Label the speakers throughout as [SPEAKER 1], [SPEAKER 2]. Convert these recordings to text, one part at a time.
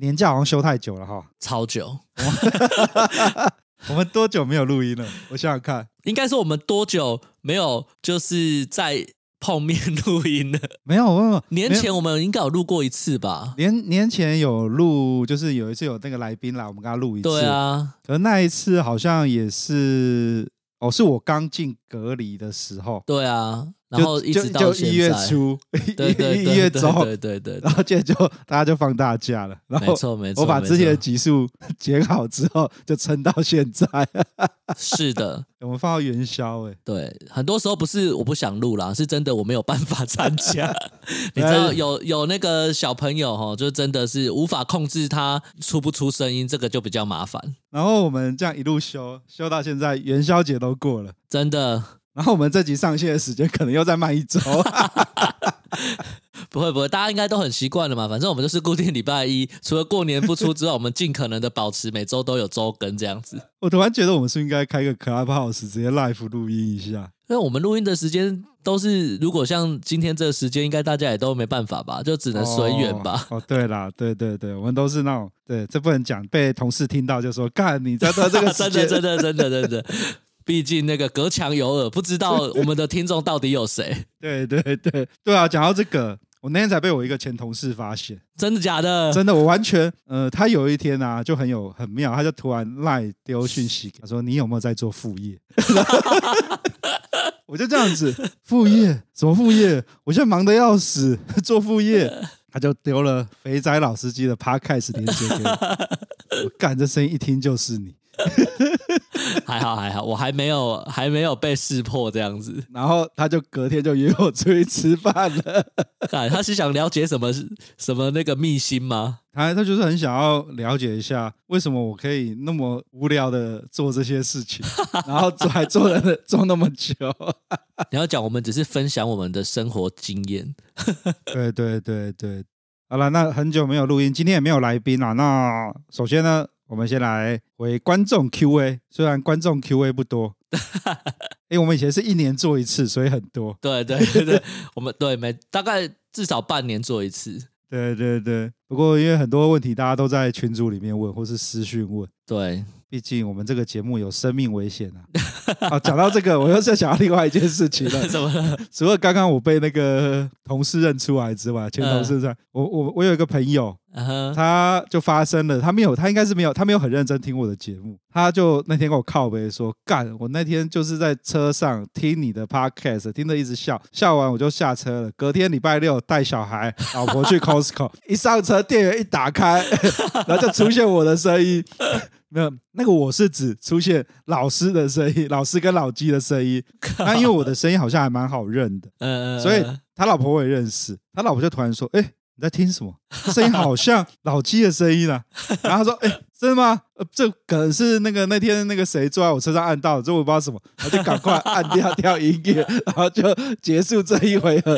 [SPEAKER 1] 年假好像休太久了哈，
[SPEAKER 2] 超久，
[SPEAKER 1] 我们多久没有录音了？我想想看，
[SPEAKER 2] 应该说我们多久没有就是在碰面录 音了？
[SPEAKER 1] 没有，没有，
[SPEAKER 2] 年
[SPEAKER 1] 没有
[SPEAKER 2] 前我们应该有录过一次吧？
[SPEAKER 1] 年年前有录，就是有一次有那个来宾来，我们跟他录一次。
[SPEAKER 2] 对，啊，
[SPEAKER 1] 可那一次好像也是哦，是我刚进隔离的时候，
[SPEAKER 2] 对啊，
[SPEAKER 1] 就
[SPEAKER 2] 然后一直到
[SPEAKER 1] 就就一
[SPEAKER 2] 现
[SPEAKER 1] 月
[SPEAKER 2] 在，
[SPEAKER 1] 初，
[SPEAKER 2] 对对
[SPEAKER 1] 一
[SPEAKER 2] 对
[SPEAKER 1] 一月
[SPEAKER 2] 对
[SPEAKER 1] 中，
[SPEAKER 2] 对对对，对
[SPEAKER 1] 然后接着就大家就放大假了，然
[SPEAKER 2] 没
[SPEAKER 1] 后。
[SPEAKER 2] 错没错，
[SPEAKER 1] 我把
[SPEAKER 2] 没
[SPEAKER 1] 之前 的
[SPEAKER 2] 错
[SPEAKER 1] 集数剪好之后，就撑到现在。
[SPEAKER 2] 是的，
[SPEAKER 1] 我们放到元宵、欸，
[SPEAKER 2] 对，很多时候不是我不想录啦，是真的我没有办法 参加。你知
[SPEAKER 1] 哎
[SPEAKER 2] 道有有那个小朋友哈，就真的是无法控制他出不出声音，这个就比较麻烦，
[SPEAKER 1] 然后我们这样一路修修到现在，元宵节都过了。
[SPEAKER 2] 真的
[SPEAKER 1] 然后我们这集上线的时间可能又再慢一周。啊
[SPEAKER 2] 不会不会，大家应该都很习惯了嘛。反正我们就是固定礼拜一，除了过年不出之外，我们尽可能的保持每周都有周更这样子。
[SPEAKER 1] 我突然觉得我们是不是应该开个 Clubhouse 直接 live 录音一下。
[SPEAKER 2] 因为我们录音的时间都是，如果像今天这个时间，应该大家也都没办法吧，就只能随缘吧。
[SPEAKER 1] 哦。哦，对啦，对对对，我们都是那种对，这不能讲，被同事听到就说干 你在这这个时
[SPEAKER 2] 真
[SPEAKER 1] 间
[SPEAKER 2] 的，真的，真的，真的。 毕竟那个隔墙有耳，不知道我们的听众到底有谁，
[SPEAKER 1] 对对对对啊！讲到这个，我那天才被我一个前同事发现，
[SPEAKER 2] 真的假 的？
[SPEAKER 1] 真的，我完全呃，他有一天啊就很有很妙，他就突然赖丢讯息，他说你有没有在做副业？ 我就这样子，副业什么副业？我现在忙得要死， 做副业。他就丢了肥仔老司机的 podcast 链接给我，我干这声音一听就是你。
[SPEAKER 2] 还好还好，我还没有还没有被识破这样子。
[SPEAKER 1] 然后他就隔天就约我出去吃饭了。
[SPEAKER 2] 看他是想了解什么什么那个秘 辛吗？
[SPEAKER 1] 他他就是很想要了解一下，为什么我可以那么无聊的做这些事情，然后做还做 了做那么久。
[SPEAKER 2] 你要讲，我们只是分享我们的生活经验。
[SPEAKER 1] 对对对对，好了，那很久没有录音，今天也没有来宾啦。那首先呢，我们先来回观众 Q&A，虽然观众 Q&A 不 多，因为我们以前是一年做一次，所以很多。
[SPEAKER 2] 对对 对对，我们对每大概至少半年做一次。
[SPEAKER 1] 对对对，不过因为很多问题大家都在群组里面问，或是私讯问。
[SPEAKER 2] 对，
[SPEAKER 1] 毕竟我们这个节目有生命危险啊！啊， 讲到这个，我又在想到另外一件事情了。
[SPEAKER 2] 怎么了？
[SPEAKER 1] 除了刚刚我被那个同事认出来之外，前同事在，我我我有一个朋友，
[SPEAKER 2] 嗯哼
[SPEAKER 1] 他就发生了，他没有，他应该是没有，他没有很认真听我的节目，他就那天跟我靠背说，干，我那天就是在车上听你的 podcast，听得一直笑，笑完我就下车了。隔天礼拜六带小孩、老婆去 Costco，一上车店员一打开， 然后就出现我的声音。没有，那个我是指出现老师的声音，老师跟老鸡的声音。那因为我的声音好像还蛮好认的，
[SPEAKER 2] 嗯，嗯
[SPEAKER 1] 所以
[SPEAKER 2] 嗯
[SPEAKER 1] 他老婆我也认识，他老婆就突然说：“哎、你在听什么？声音好像老鸡的声音啊。”然后他说：“哎、真的吗？呃，这可能是那个那天那个谁坐在我车上按到的，这我不知道什么。”他就赶快按掉 掉音乐，然后就结束这一回合。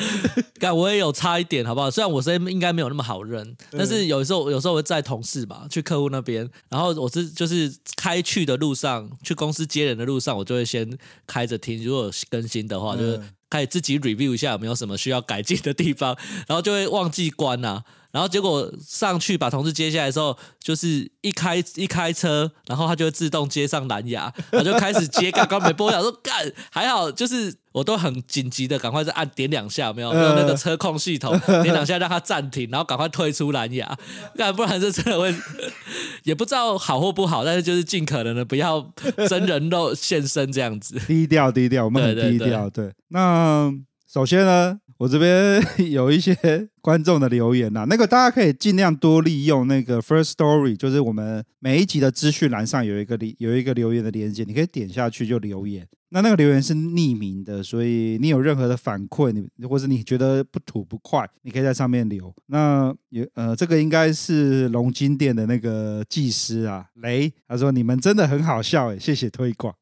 [SPEAKER 2] 干我也有差一点，好不好？虽然我声音应该没有那么好认，但是有时候有时候我会载同事嘛，去客户那边，然后我是就是开去的路上，去公司接人的路上，我就会先开着听，如果有更新的话，
[SPEAKER 1] 嗯
[SPEAKER 2] 就是开始自己 review 一下有没有什么需要改进的地方，然后就会忘记关啊呐、然后结果上去把同事接下来的时候，就是一开一开车，然后它就会自动接上蓝牙， 我就开始接刚刚没播，我想说干还好，就是我都很紧急的，赶快再按点两下，有没有
[SPEAKER 1] 嗯
[SPEAKER 2] 用那个车控系统点两下让它暂停，然后赶快退出蓝牙，干不然这真的会 也不知道好或不好，但是就是尽可能的不要真人肉现身这样子。
[SPEAKER 1] 低调低调，我们很
[SPEAKER 2] 对对
[SPEAKER 1] 低调。对，那首先呢，我这边 有一些观众的留言呐、啊那个大家可以尽量多利用那个 First Story，就是我们每一集的资讯栏上有一个里有一个留言的链接，你可以点下去就留言。那那个留言是匿名的，所以你有任何的反馈，你或者你觉得不吐不快，你可以在上面留。那也呃，这个应该是龙金店的那个技师啊，雷，他说你们真的很好笑欸诶，谢谢推广。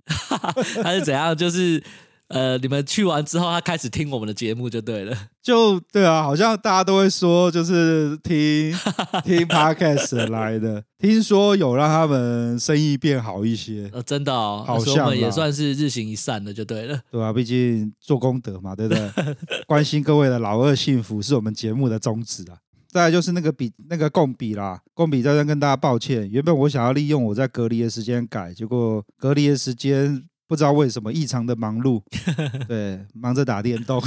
[SPEAKER 2] 他是怎样？就是呃，你们去完之后，他开始听我们的节目就对了。
[SPEAKER 1] 就对啊，好像大家都会说，就是听听 podcast 来的。听说有让他们生意变好一些，
[SPEAKER 2] 呃，真的哦，
[SPEAKER 1] 好
[SPEAKER 2] 所以我
[SPEAKER 1] 像
[SPEAKER 2] 们也
[SPEAKER 1] 啦
[SPEAKER 2] 算是日行一善的就对了。
[SPEAKER 1] 对吧、啊毕竟做功德嘛，对不对？关心各位的老二幸福是我们节目的宗旨啊。再来就是那个比那个共比啦，共比在这边跟大家抱歉，原本我想要利用我在隔离的时间改，结果隔离的时间不知道为什么异常的忙碌，对，忙着打电动，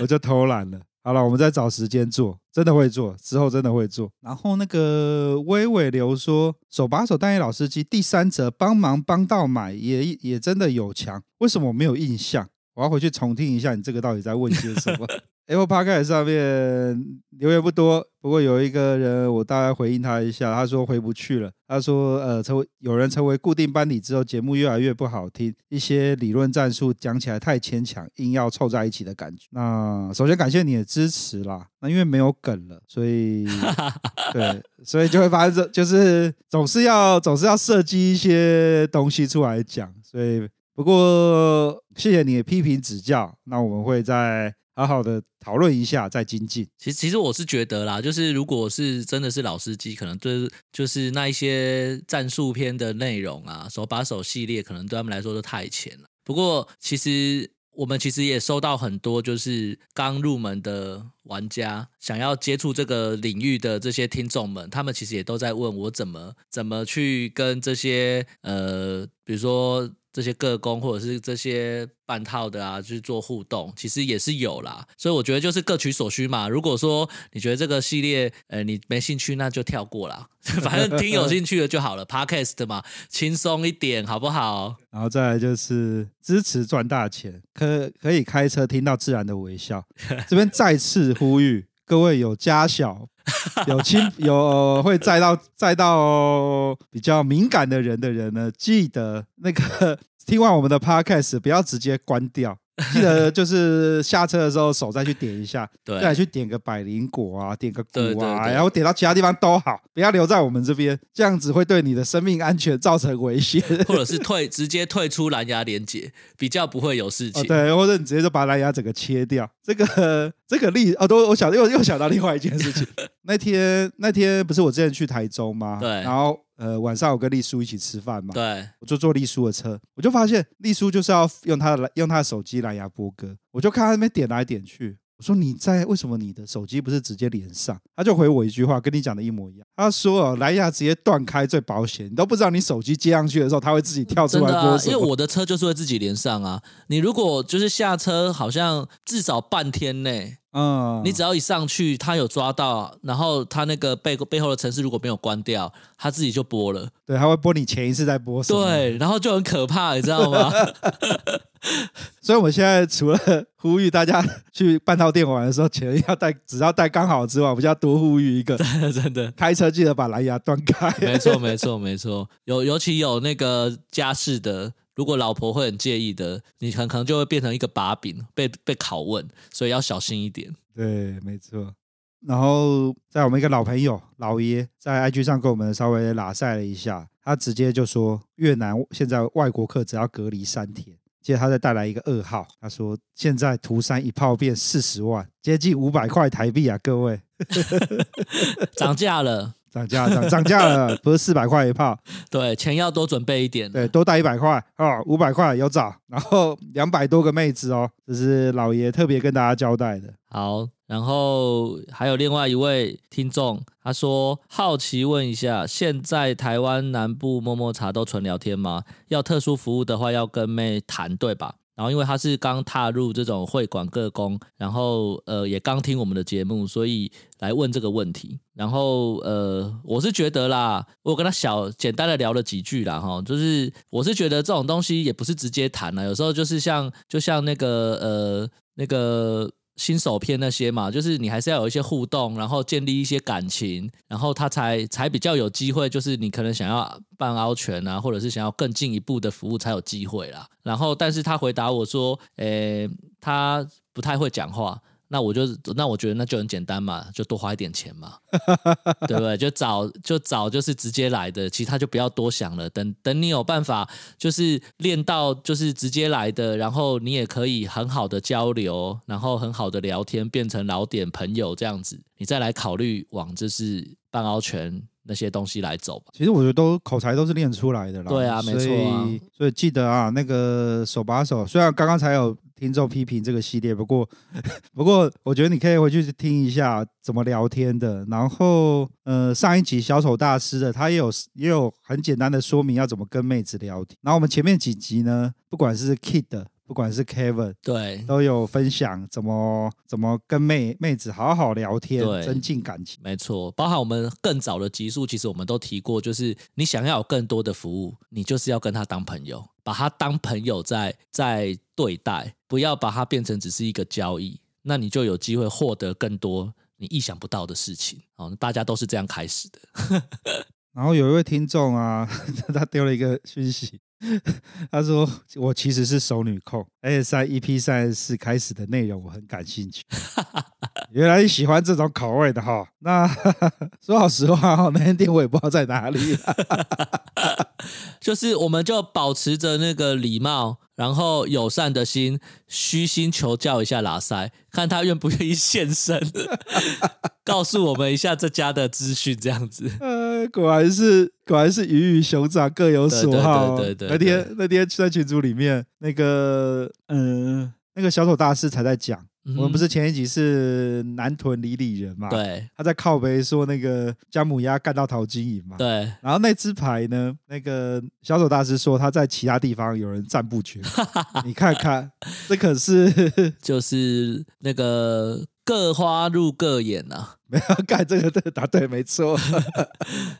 [SPEAKER 1] 我就偷懒了。好了，我们再找时间做，真的会做，之后真的会做。然后那个微微流说，手把手代言老司机第三者帮忙帮到买，也也真的有强，为什么我没有印象？我要回去重听一下，你这个到底在问些什么？Apple Podcast 上面留言不多，不过有一个人我大概回应他一下，他说回不去了。他说呃，成为有人成为固定班底之后，节目越来越不好听，一些理论战术讲起来太牵强，硬要凑在一起的感觉。那首先感谢你的支持啦，那因为没有梗了，所以对，所以就会发生这，就是总是要总是要设计一些东西出来讲，所以不过谢谢你的批评指教，那我们会再好好的讨论一下，再精进。
[SPEAKER 2] 其实，其实我是觉得啦，就是如果是真的是老司机，可能对就是那一些战术片的内容啊，手把手系列，可能对他们来说都太浅了。不过，其实我们其实也收到很多就是刚入门的玩家，想要接触这个领域的这些听众们，他们其实也都在问我怎么怎么去跟这些呃，比如说。这些个工或者是这些半套的啊，去做互动，其实也是有啦。所以我觉得就是各取所需嘛。如果说你觉得这个系列，呃，你没兴趣，那就跳过啦。 反正听有兴趣的就好了。Podcast 嘛，轻松一点好不好？
[SPEAKER 1] 然后再来就是支持赚大钱，可可以开车听到自然的微笑。这 边再次呼吁各位有家小、有亲、有会载到载到比较敏感的人的人呢，记得那个听完我们的 podcast 不要直接关掉。记得就是下车的时候手再去点一下，
[SPEAKER 2] 对
[SPEAKER 1] 再去点个百灵果啊，点个
[SPEAKER 2] 对
[SPEAKER 1] 谷
[SPEAKER 2] 对
[SPEAKER 1] 啊，
[SPEAKER 2] 对
[SPEAKER 1] 然后点到其他地方都好，不要留在我们这边，这样子会对你的生命安全造成危险。
[SPEAKER 2] 或者是退直接退出蓝牙连接，比较不会有事情。
[SPEAKER 1] 哦，对，或者你直接就把蓝牙整个切掉。这个 这个例哦，都我想又又想到另外一件事 情。那天那天不是我之前去台中吗？
[SPEAKER 2] 对
[SPEAKER 1] 然后呃晚上我跟丽叔一起吃饭嘛，
[SPEAKER 2] 对
[SPEAKER 1] 我就坐丽叔的车，我就发现丽叔就是要用他的用他的手机蓝牙播歌，我就看他那边点来点去。我说你在为什么你的手机不是直接连上？他就回我一句话，跟你讲的一模一样。他说哦，蓝牙直接断开最保险，你都不知道你手机接上去的时候，它会自己跳出
[SPEAKER 2] 真
[SPEAKER 1] 来
[SPEAKER 2] 的
[SPEAKER 1] 播
[SPEAKER 2] 啊，
[SPEAKER 1] 什
[SPEAKER 2] 因为
[SPEAKER 1] 么。
[SPEAKER 2] 我的车就是会自己连上啊。你如果就是下车，好像至少半天内，
[SPEAKER 1] 嗯，
[SPEAKER 2] 你只要一上去，它有抓到，然后它那个背背后的城市如果没有关掉，它自己就播了。
[SPEAKER 1] 对，他会播你前一次在播什么。
[SPEAKER 2] 对，然后就很可怕，你知道吗？
[SPEAKER 1] 所以我们现在除了呼吁大家 去半套店玩的时候，钱要带，只要带刚好之外，我们就要多呼吁一个，
[SPEAKER 2] 真的。
[SPEAKER 1] 开车记得把蓝牙断开。
[SPEAKER 2] 没错，没错，没错。尤尤其有那个家事的，如果老婆会很介意的，你很可能就会变成一个把柄，被被拷问，所以要小心一点。
[SPEAKER 1] 对，没错。然后在我们一个老朋友老爷在 IG 上跟我们稍微拉塞了一下，他直接就说越南现在外国客只要隔离三天。接着他再带来一个噩耗，他说现在涂山一炮变四十万，接近五百块台币啊，各位
[SPEAKER 2] 涨价了，
[SPEAKER 1] 涨价涨涨价了，不是四百块一炮，
[SPEAKER 2] 对，钱要多准备一点。
[SPEAKER 1] 对，多带一百块哦，五百块有找，然 后两百多个妹子哦，这是老爷特别跟大家交代的。
[SPEAKER 2] 好，然后还有另外一位听众，他说好奇问一下，现在台湾南部摸摸茶都纯聊天吗？要特殊服务的话，要跟妹谈对吧？然后因为他是刚踏入这种会馆各工，然后呃也刚听我们的节目，所以来问这个问题。然后呃，我是觉得啦，我有跟他小简单的聊了几句啦，哈，就是我是觉得这种东西也不是直接谈啦，有时候就是像就像那个呃那个新手片那些嘛，就是你还是要有一些互动，然后建立一些感情，然后他才才比较有机会。就是你可能想要办凹拳啊，或者是想要更进一步的服务才有机会啦。然后，但是他回答我说，诶、他不太会讲话。那我就那我觉得那就很简单嘛，就多花一点钱嘛，对不对？就找就找就是直接来的，其他就不要多想了。等等你有办法就是练到就是直接来的，然后你也可以很好的交流，然后很好的聊天，变成老点朋友这样子，你再来考虑往就是半凹拳那些东西来走吧。
[SPEAKER 1] 其实我觉得都口才都是练出来的啦。
[SPEAKER 2] 对啊没
[SPEAKER 1] 所
[SPEAKER 2] 错啊
[SPEAKER 1] 以所以记得啊，那个手把手，虽然刚刚才有听众批评这个系列，不过不过我觉得你可以回去听一下怎么聊天的。然后呃，上一集小丑大师的他也有也有很简单的说明要怎么跟妹子聊天。然后我们前面几集呢，不管是 Kid，不管是 Kevin。
[SPEAKER 2] 对，
[SPEAKER 1] 都有分享怎么怎么跟妹妹子好好聊天，
[SPEAKER 2] 对
[SPEAKER 1] 增进感情。
[SPEAKER 2] 没错，包含我们更早的集数，其实我们都提过，就是你想要有更多的服务，你就是要跟他当朋友，把他当朋友在在对待，不要把他变成只是一个交易，那你就有机会获得更多你意想不到的事情。哦，大家都是这样开始的。
[SPEAKER 1] 然后有一位听众啊， 他丢了一个讯息， 他说：“我其实是熟女控，S 三 EP 三十四开始的内容我很感兴趣。”原来你喜欢这种口味的哈。那 说老实话哈，那间店我也不知道在哪里、
[SPEAKER 2] 就是我们就保持着那个礼貌，然后友善的心，虚心求教一下拉塞，看他愿不愿意现身， 告诉我们一下这家的资讯，这样子。
[SPEAKER 1] 呃，果然是果然是鱼与熊掌各有所好。
[SPEAKER 2] 对对对对对
[SPEAKER 1] 那天那天在群组里面，那个嗯、呃那个小丑大师才在讲， 我们不
[SPEAKER 2] 是
[SPEAKER 1] 是啊前一集是南屯李李人嘛？。
[SPEAKER 2] 嗯对
[SPEAKER 1] 他在靠背说那个姜母鸭干到淘金营嘛。
[SPEAKER 2] 对，
[SPEAKER 1] 然后那支牌呢，那个小丑大师说他在其他地方有人赞不 绝口，你看看，这可是
[SPEAKER 2] 就是那个各花入各眼呐、啊。
[SPEAKER 1] 没有干这个对答对没 错，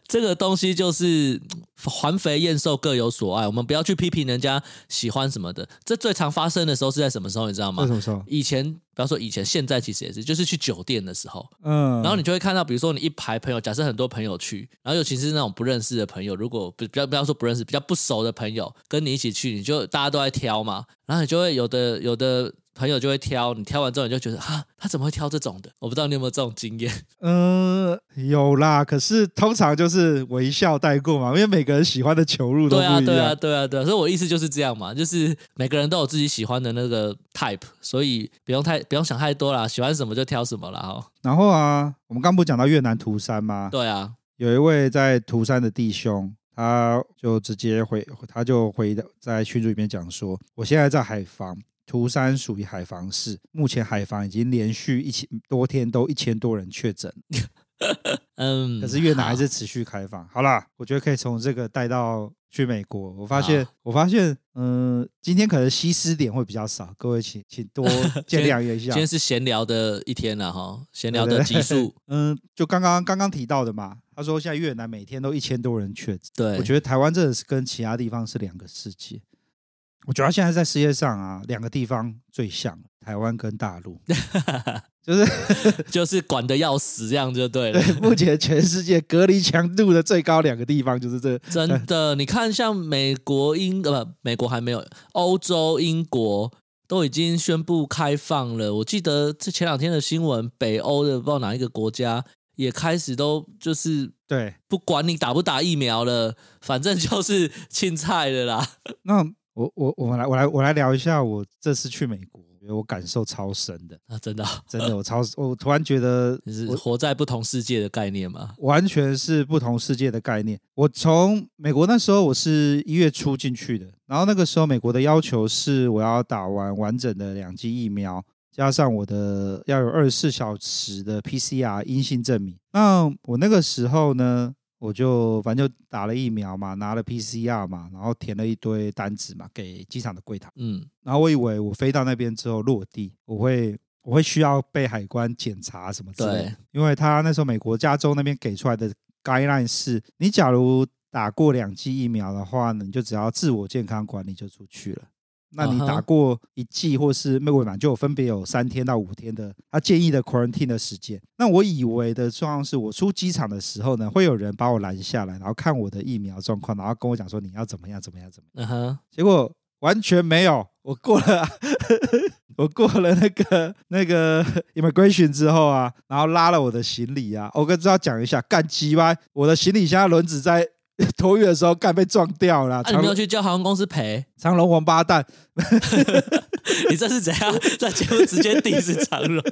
[SPEAKER 2] 这个东西就是嗯环肥燕瘦各有所爱，我们不要去批评人家喜欢什么的。这最常发生的时候是在什么时候？你知道
[SPEAKER 1] 为
[SPEAKER 2] 吗
[SPEAKER 1] 什？么说？
[SPEAKER 2] 以前不要说以前，现在其实也是，就是去酒店的时候，
[SPEAKER 1] 嗯，
[SPEAKER 2] 然后你就会看到，比如说你一排朋友，假设很多朋友去，然后尤其是那种不认识的朋友，如果不比较不要说不认识，比较不熟的朋友跟你一起去，你就大家都在挑嘛，然后你就会有的有的朋友就会挑，你挑完之后你就觉得啊，他怎么会挑这种的？我不知道你有没有这种经验，
[SPEAKER 1] 嗯、有啦，可是通常就是微笑带过嘛，因为每个人喜欢的球路都不
[SPEAKER 2] 对
[SPEAKER 1] 一
[SPEAKER 2] 啊，
[SPEAKER 1] 样。
[SPEAKER 2] 对啊，对啊，对啊，所以我的意思就是这样嘛，就是每个人都有自己喜欢的那个 type，所以不用太不用想太多啦，喜欢什么就挑什么啦。哦。
[SPEAKER 1] 然后啊，我们刚不讲到越南涂山吗？
[SPEAKER 2] 对啊，
[SPEAKER 1] 有一位在涂山的弟兄，他就直接回，他就回的在群组里面讲说，我现在在海防。涂山属于海防市，目前海防已经连续一千多天都一千多人确诊，
[SPEAKER 2] 嗯，
[SPEAKER 1] 可是越南还
[SPEAKER 2] 好
[SPEAKER 1] 是持续开放。好啦，我觉得可以从这个带到去美国。我发现，我发现，嗯、今天可能西施点会比较少，各位请请 多见谅一下
[SPEAKER 2] 今。天是闲聊的一天了哈，闲聊的集 数，
[SPEAKER 1] 嗯，就刚刚刚刚提到的嘛，他说现在越南每天都一千多人确诊。
[SPEAKER 2] 对，
[SPEAKER 1] 我觉得台湾真的是跟其他地方是两个世界。我觉得现在在世界上啊，两个地方最像，台湾跟大陆， 就是
[SPEAKER 2] 就是管的要死，这样就对了。
[SPEAKER 1] 对目前全世界隔离强度的最高两个地方就是这
[SPEAKER 2] 真的，你看，像美国、英呃，不美国还没有，欧洲、英国都已经宣布开放了。我记得这前两天的新闻，北欧的不知道哪一个国家也开始都就是
[SPEAKER 1] 对。
[SPEAKER 2] 不管你打不打疫苗了，反正就是青菜了啦。
[SPEAKER 1] 那我我我们来我来我来聊一下我这次去美国，我觉得我感受超深的，
[SPEAKER 2] 啊，真的啊、
[SPEAKER 1] 真的，我超我突然觉得
[SPEAKER 2] 你是
[SPEAKER 1] 我
[SPEAKER 2] 活在不同世界的概念嘛？
[SPEAKER 1] 完全是不同世界的概念。我从美国那时候我是一月初进去的，然后那个时候美国的要求是我要打完完整的两剂疫苗，加上我的要有二十四小时的 PCR 阴性证明。那我那个时候呢？我就反正就打了疫苗嘛，拿了 PCR 嘛，然后填了一堆单子嘛，给机场的柜台。
[SPEAKER 2] 嗯，
[SPEAKER 1] 然后我以为我飞到那边之后落地，我会我会需要被海关检查什么之类
[SPEAKER 2] 对
[SPEAKER 1] 的，因为他那时候美国加州那边给出来的 guideline 是，你假如打过两剂疫苗的话呢，你就只要自我健康管理就出去了。那你
[SPEAKER 2] 啊哈
[SPEAKER 1] 打过一剂或是麦维满，就有分别有三天到五天的他建议的 quarantine 的时间。那我以为的状况是我出机场的时候呢，会有人把我拦下来，然后看我的疫苗状况，然后跟我讲说你要怎么样怎么样怎么样。
[SPEAKER 2] 嗯哼，
[SPEAKER 1] 结果完全没有，我过了、 我过了那个那个 immigration 之后啊，然后拉了我的行李啊，我跟知道讲一下，干鸡巴，我的行李箱轮子在 托运的时候干被撞掉了，
[SPEAKER 2] 啊，你
[SPEAKER 1] 长
[SPEAKER 2] 没有
[SPEAKER 1] 龙
[SPEAKER 2] 去叫航空公司赔？
[SPEAKER 1] 长龙王八蛋，
[SPEAKER 2] 你这是怎样 在节目直接 diss 长荣？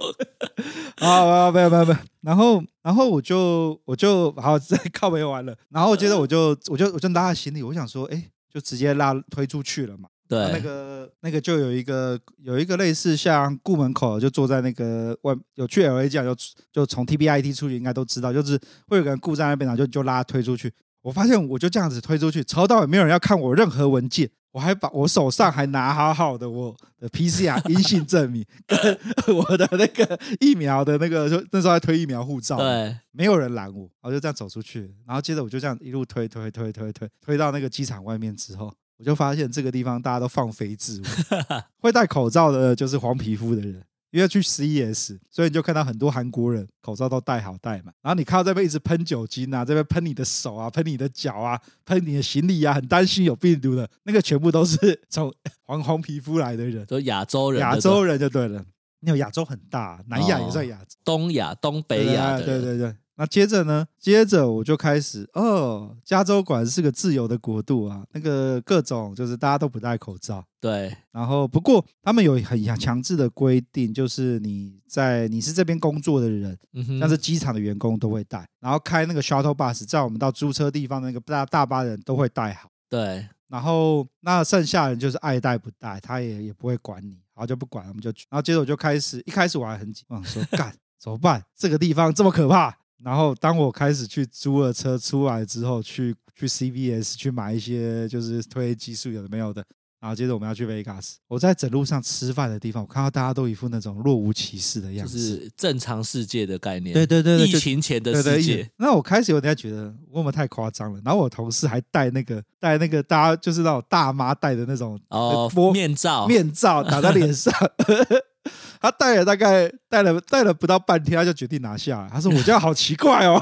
[SPEAKER 1] 啊，没有没有没有没有。然后然后我就我就好 再靠没完了，然后接着我就我就我就拉行李，我想说，哎，就直接拉推出去了嘛。
[SPEAKER 2] 对，
[SPEAKER 1] 那个那个就有一个有一个类似像顾门口，就坐在那个外有去 L A 这样就就从 T B I T 出去，应该都知道，就是会有个人顾在那边，然后就就拉他推出去。我发现我就这样子推出去，抽到也没有人要看我任何文件，我还把我手上还拿好好的我的 P C R 阴性证明跟 我的那个疫苗的那个，就那时候还推疫苗护照嘛，
[SPEAKER 2] 对，
[SPEAKER 1] 没有人拦我，我就这样走出去，然后接着我就这样一路推推推推推推到那个机场外面之后，我就发现这个地方大家都放飞自 我，会戴口罩的就是黄皮肤的人。因为去 CES，所以你就看到很多韩国人口罩都戴好戴嘛，然后你看到这边一直喷酒精啊，这边喷你的手啊，喷你的脚啊，喷你的行李啊，很担心有病毒的那个全部都是 从黄黄皮肤来的人，
[SPEAKER 2] 就亚洲人的，
[SPEAKER 1] 亚洲人就对了。因为亚洲很大，啊南亚也算亚洲。
[SPEAKER 2] 东亚、东北
[SPEAKER 1] 对
[SPEAKER 2] 亚的
[SPEAKER 1] 对
[SPEAKER 2] 人，
[SPEAKER 1] 对对。那接着呢？接着我就开始哦，加州果然是个自由的国度啊，那个各种就是大家都不戴口罩。
[SPEAKER 2] 对
[SPEAKER 1] 然后不过他们有很强制的规定，就是你在你是这边工作的人，
[SPEAKER 2] 嗯哼，
[SPEAKER 1] 像是机场的员工都会戴，然后开那个 shuttle bus 载我们到租车地方的那个大大巴的人都会戴好。
[SPEAKER 2] 对
[SPEAKER 1] 然后那剩下的人就是爱戴不戴，他也也不会管你，然后就不管，我们就去。然后接着我就开始，一开始我还很紧张，我想说干怎么办？这个地方这么可怕。然后当我开始去租了车出来之后，去去 CVS 去买一些就是褪黑激素有的没有的。然后接着我们要去 Vegas，我在整路上吃饭的地方，我看到大家都一副那种若无其事的样
[SPEAKER 2] 就
[SPEAKER 1] 子，
[SPEAKER 2] 是正常世界的概念，
[SPEAKER 1] 对对对对，
[SPEAKER 2] 疫
[SPEAKER 1] 就
[SPEAKER 2] 情前的
[SPEAKER 1] 对对
[SPEAKER 2] 世
[SPEAKER 1] 一
[SPEAKER 2] 界，
[SPEAKER 1] 点那我开始有点觉得我们太夸张了，然后我同事还戴那个戴那个大家就是那种大妈戴的那种呃
[SPEAKER 2] 哦，
[SPEAKER 1] 摸
[SPEAKER 2] 面罩，
[SPEAKER 1] 面罩打在脸上。 他戴了大概戴了戴了不到半天，他就决定拿下来。他说：“我这样好奇怪 哦。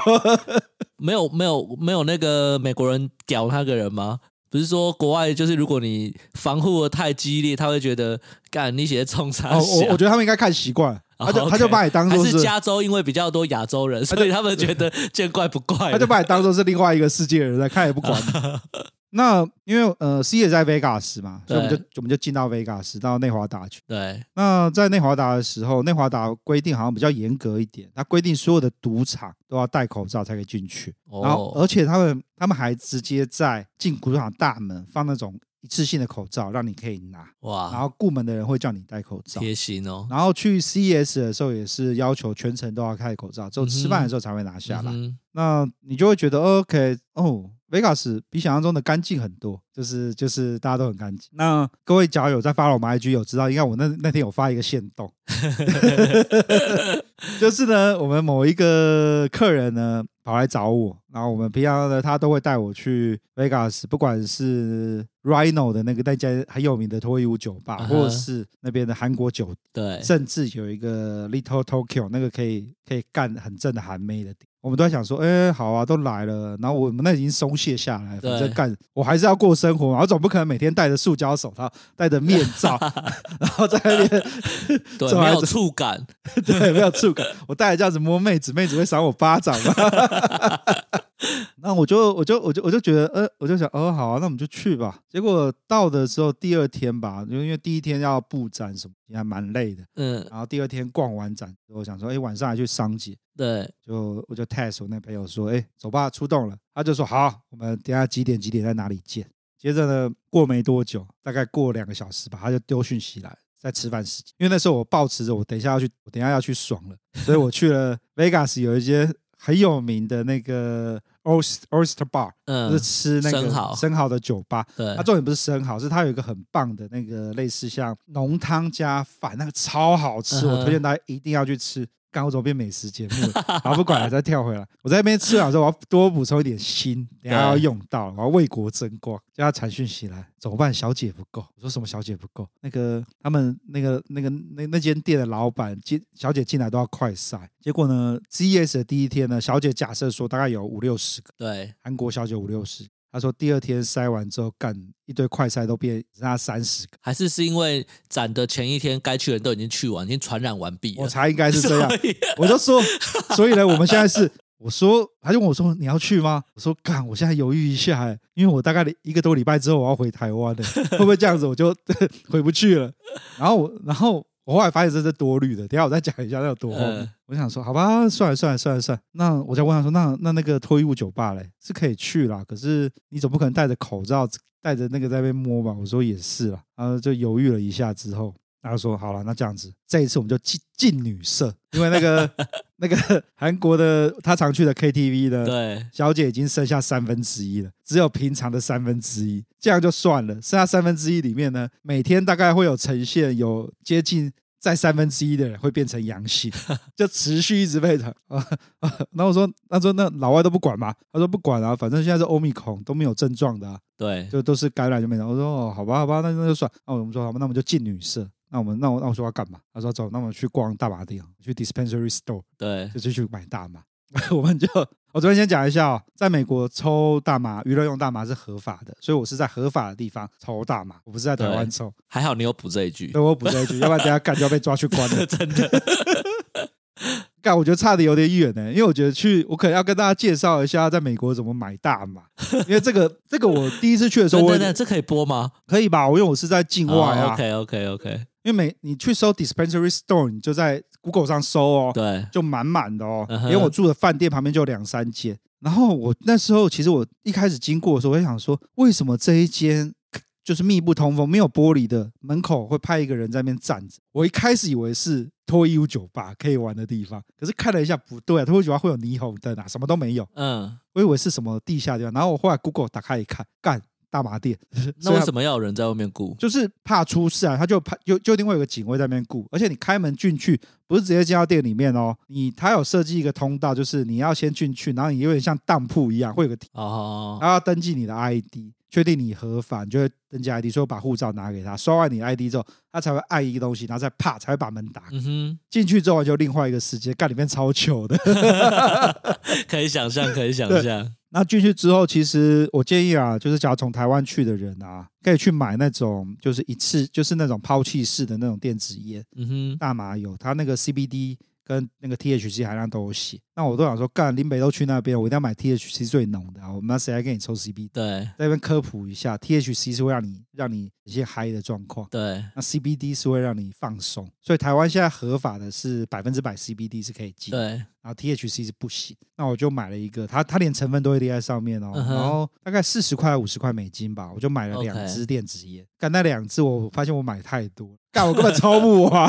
[SPEAKER 2] 没有没有没有那个美国人屌那个人吗？不是说国外就是如果你防护的太激烈，他会觉得干你写冲啥
[SPEAKER 1] 哦”我
[SPEAKER 2] 小
[SPEAKER 1] 我觉得他们应该看习惯了，
[SPEAKER 2] 啊哦
[SPEAKER 1] 他就
[SPEAKER 2] OK
[SPEAKER 1] 他就把你当
[SPEAKER 2] 还
[SPEAKER 1] 做
[SPEAKER 2] 是
[SPEAKER 1] 是，
[SPEAKER 2] 加州因为比较多亚洲人，所以他们觉得见怪不怪
[SPEAKER 1] 他
[SPEAKER 2] 了。
[SPEAKER 1] 啊就把你当做是另外一个世界的人在看，也不管你。 那因为呃，C 也在 Vegas 嘛，所以我们就我们就进到 Vegas 到内华达去。
[SPEAKER 2] 对，
[SPEAKER 1] 那在内华达的时候，内华达规定好像比较严格一点，它规定所有的赌场都要戴口罩才可以进去。然后，呃
[SPEAKER 2] 哦，
[SPEAKER 1] 而且他们他们还直接在进赌场大门放那种一次性的口罩，让你可以拿。然
[SPEAKER 2] 哇，
[SPEAKER 1] 后顾门的人会叫你戴口罩。
[SPEAKER 2] 贴心哦，
[SPEAKER 1] 然后去 CES 的时候也是要求全程都要戴口罩，只有吃饭的时候才会拿下来。
[SPEAKER 2] 嗯
[SPEAKER 1] 那你就会觉得哦 OK 哦，Vegas 比想象中的干净很多，就是就是大家都很干净。那各位脚友在发了我们 IG 有知道，应该我那那天有发一个线动，就是呢，我们某一个客人呢跑来找我，然后我们平常呢他都会带我去 Vegas，不管是 Rhino 的那个那家很有名的脱衣舞酒吧，
[SPEAKER 2] 嗯哼
[SPEAKER 1] 或者是那边的韩国酒
[SPEAKER 2] 对，
[SPEAKER 1] 甚至有一个 Little Tokyo 那个可以可以干很正的韩妹的点，我们都在想说，哎、好啊，都来了，然后我们那已经松懈下来，
[SPEAKER 2] 对
[SPEAKER 1] 反正干我还是要过生活嘛，我总不可能每天戴着塑胶手套、戴着面罩，然后在那边
[SPEAKER 2] 对，
[SPEAKER 1] 走
[SPEAKER 2] 没
[SPEAKER 1] 来
[SPEAKER 2] 有
[SPEAKER 1] 走
[SPEAKER 2] 触感，
[SPEAKER 1] 对没有触感，我戴着这样子摸妹子，妹子会赏我巴掌吗？ 那我就我就我就我就觉得，呃，我就想，哦，好啊，那我们就去吧。结果到的时候，第二天吧，因为因为第一天要布展什么，也还蛮累的。
[SPEAKER 2] 嗯，
[SPEAKER 1] 然后第二天逛完展，我想说，哎，晚上还去商姐，
[SPEAKER 2] 对，
[SPEAKER 1] 就我就 test 我那朋友说，哎，走吧，出动了。他就说好，我们等一下几点几点在哪里见。接着呢，过没多久，大概过两个小时吧，他就丢讯息来，在吃饭时间。因为那时候我抱持着我等一下要去，我等一下要去爽了，所以我去了 Vegas 有一些很有名的那个 Oyster Oyster Bar，就是
[SPEAKER 2] 嗯，
[SPEAKER 1] 吃那个
[SPEAKER 2] 生蚝
[SPEAKER 1] 生蚝的酒吧。
[SPEAKER 2] 对
[SPEAKER 1] 它，重点不是生蚝，是它有一个很棒的那个类似像浓汤加饭，那个超好吃，
[SPEAKER 2] 嗯哼
[SPEAKER 1] 我推荐大家一定要去吃。干我怎么变美食节 目了？好，不管了，再跳回来。我在那边吃完之后，我要多补充一点锌，等一下要用到，我要为国争光。叫他传讯息来，怎么办？小姐不够。我说什么小姐不够？那个他们那个那个那那间店的老板进小姐进来都要快筛，结果呢，CES 的第一天呢，小姐假设说大概有五六十个
[SPEAKER 2] 对，
[SPEAKER 1] 韩国小姐五六十，她说第二天筛完之后，干一堆快筛都变只剩下三十个。
[SPEAKER 2] 还是是因为展的前一天该去的人都已经去完，已经传染完毕
[SPEAKER 1] 我
[SPEAKER 2] 了。
[SPEAKER 1] 猜应该是这样
[SPEAKER 2] 所。以
[SPEAKER 1] 我就说，所以呢，我们现在是，我说，他就问我说你要去吗？我说干，我现在犹豫一下、欸，因为我大概一个多礼拜之后我要回台湾的、会不会这样子我就 回不去了？然后我，然后我后来发现这是多虑的，等一下我再讲一下那有多后面。
[SPEAKER 2] 嗯
[SPEAKER 1] 我想说，好吧，算了算了算了算了，那我再问他说，那那那个脱衣舞酒吧嘞是可以去啦，可是你总不可能戴着口罩戴着那个在那边摸吧？我说也是啦，然后就犹豫了一下之后，他就说好了，那这样子，这一次我们就进进女社，因为那个那个韩国的他常去的 KTV 的
[SPEAKER 2] 对，
[SPEAKER 1] 小姐已经剩下三分之一了，只有平常的三分之一，这样就算了，剩下三分之一里面呢，每天大概会有呈现有接近。在三分之一的人会变成阳性，就持续一直被传啊啊！然后我说，他说那老外都不管吗？他说不管啊，反正现在是欧米孔都没有症状的、啊，
[SPEAKER 2] 对，
[SPEAKER 1] 就都是感染就没了。我说哦，好吧，好吧，那那就算。那我们说好吧，那我们就进女社。那我们那我那我说要干嘛？他说走，那我们去逛大麻店，去 dispensary store，
[SPEAKER 2] 对，
[SPEAKER 1] 就是去买大麻。 我们就我昨天先讲一下哦，在美国抽大麻，娱乐用大麻是合法的，所以我是在合法的地方抽大麻，我不是在台湾
[SPEAKER 2] 对
[SPEAKER 1] 抽。
[SPEAKER 2] 还好你有补这一句
[SPEAKER 1] 所，以我补这一句，要不然等一下干就要被抓去关了。
[SPEAKER 2] 真的，
[SPEAKER 1] 干，我觉得差的有点远呢、因为我觉得去，我可能要跟大家介绍一下在美国怎么买大麻，因为这个这个我第一次去的时候，
[SPEAKER 2] 等
[SPEAKER 1] 我
[SPEAKER 2] 等等，这可以播吗？
[SPEAKER 1] 可以吧？我因为我是在境外啊，
[SPEAKER 2] 哦 OK OK OK，
[SPEAKER 1] 因为每你去搜 dispensary store，你就在 Google 上搜哦，
[SPEAKER 2] 对，
[SPEAKER 1] 就满满的哦。
[SPEAKER 2] 嗯
[SPEAKER 1] 因
[SPEAKER 2] 哼
[SPEAKER 1] 为我住的饭店旁边就有两三间，然后我那时候其实我一开始经过的时候，我就想说，为什么这一间就是密不通风、没有玻璃的门口会派一个人在那边站着？我一开始以为是脱衣舞酒吧可以玩的地方，可是看了一下不对啊，脱衣舞酒吧会有霓虹灯啊，什么都没有，
[SPEAKER 2] 嗯，
[SPEAKER 1] 我以为是什么地下地方。然后我后来 Google 打开一看，干大麻店，
[SPEAKER 2] 那
[SPEAKER 1] 啊
[SPEAKER 2] 为什么要有人在外面顾？
[SPEAKER 1] 就是怕出事啊，他就怕就就一定会有个警卫在那边顾，而且你开门进去不是直接进到店里面哦，你他有设计一个通道，就是你要先进去，然后你有点像当铺一样，会有个梯，
[SPEAKER 2] 哦，
[SPEAKER 1] 然后要登记你的 ID，确定你合法，你就会登记 ID，所以我把护照拿给他，刷完你的 ID 之后，他才会按一个东西，然后再啪才会把门打开。
[SPEAKER 2] 嗯
[SPEAKER 1] 进去之后就另外一个世界，干里面超糗的。
[SPEAKER 2] 哼，可以想象，可以想象，
[SPEAKER 1] 那进去之后，其实我建议啊，就是假如从台湾去的人啊，可以去买那种就是一次就是那种抛弃式的那种电子烟。
[SPEAKER 2] 嗯哼，
[SPEAKER 1] 大麻有，它那个 CBD 跟那个 THC 含量都有写。那我都想说，干林北都去那边，我一定要买 THC 最浓的啊！我们那谁来给你抽 CBD？
[SPEAKER 2] 对
[SPEAKER 1] 在那边科普一下，THC 是会让你让你一些嗨的状况，
[SPEAKER 2] 对，
[SPEAKER 1] 那 CBD 是会让你放松。所以台湾现在合法的是百分之百 CBD 是可以进，
[SPEAKER 2] 对，
[SPEAKER 1] 然后 THC 是不行。那我就买了一个，它它连成分都会列在上面哦，
[SPEAKER 2] 嗯哼
[SPEAKER 1] 然后大概四十块五十块美金吧，我就买了
[SPEAKER 2] OK
[SPEAKER 1] 两支电子烟。干那两支我发现我买太多，干我根本抽不 完。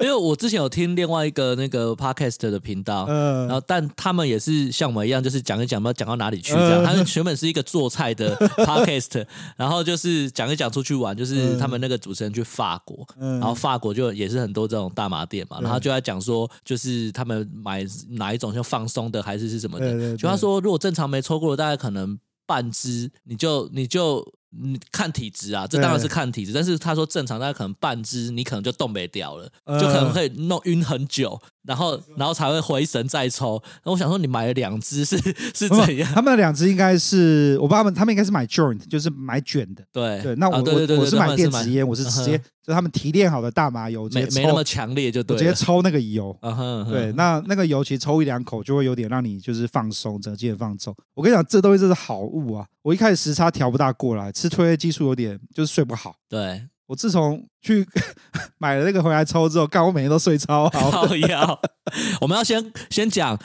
[SPEAKER 2] 因为我之前有听另外一个那个 podcast 的频道，
[SPEAKER 1] 呃
[SPEAKER 2] 然后但他们也是像我们一样，就是讲一讲，不知道讲到哪里去这样。
[SPEAKER 1] 嗯
[SPEAKER 2] 他们原本是一个做菜的 podcast，然后就是讲一讲出去玩，就是
[SPEAKER 1] 嗯
[SPEAKER 2] 他们那个主持人去法国。
[SPEAKER 1] 嗯
[SPEAKER 2] 然后法国就也是很多这种大麻店嘛，
[SPEAKER 1] 对
[SPEAKER 2] 然后他就在讲说，就是他们买哪一种像放松的还是是什么
[SPEAKER 1] 对
[SPEAKER 2] 的。
[SPEAKER 1] 对
[SPEAKER 2] 就他
[SPEAKER 1] 对
[SPEAKER 2] 说，如果正常没抽过的，大概可能半支，你就你就你看体质啊，这当然是
[SPEAKER 1] 对
[SPEAKER 2] 看体质。但是他说正常大概可能半支，你可能就冻没掉了。
[SPEAKER 1] 呃
[SPEAKER 2] 就可能会弄晕很久，然后然后才会回神再抽。然后我想说，你买了两支是是
[SPEAKER 1] 不
[SPEAKER 2] 怎
[SPEAKER 1] 是
[SPEAKER 2] 样？
[SPEAKER 1] 他们两只应该是，我爸他们他们应该是买 joint，就是买卷的。
[SPEAKER 2] 对
[SPEAKER 1] 对，那我、
[SPEAKER 2] 啊对对对
[SPEAKER 1] 我我
[SPEAKER 2] 对
[SPEAKER 1] 是
[SPEAKER 2] 他
[SPEAKER 1] 买
[SPEAKER 2] 们
[SPEAKER 1] 电子烟，我是直接、
[SPEAKER 2] 嗯
[SPEAKER 1] 就他们提炼好的大麻油，直
[SPEAKER 2] 没
[SPEAKER 1] 接
[SPEAKER 2] 没
[SPEAKER 1] 抽，
[SPEAKER 2] 那么强烈就
[SPEAKER 1] 我
[SPEAKER 2] 对
[SPEAKER 1] 直接
[SPEAKER 2] 了。
[SPEAKER 1] 抽那个油。
[SPEAKER 2] 嗯哼，嗯哼
[SPEAKER 1] 对，那那个油其实抽一两口就会有点让你就是放松，整个精神放松。我跟你讲，这东西真是好物啊！我一开始时差调不大过来，吃褪黑激素有点就是睡不好。
[SPEAKER 2] 对，
[SPEAKER 1] 我自从去 买了那个回来抽之后，干我每天都睡超好。
[SPEAKER 2] 靠腰。 我们要先先讲。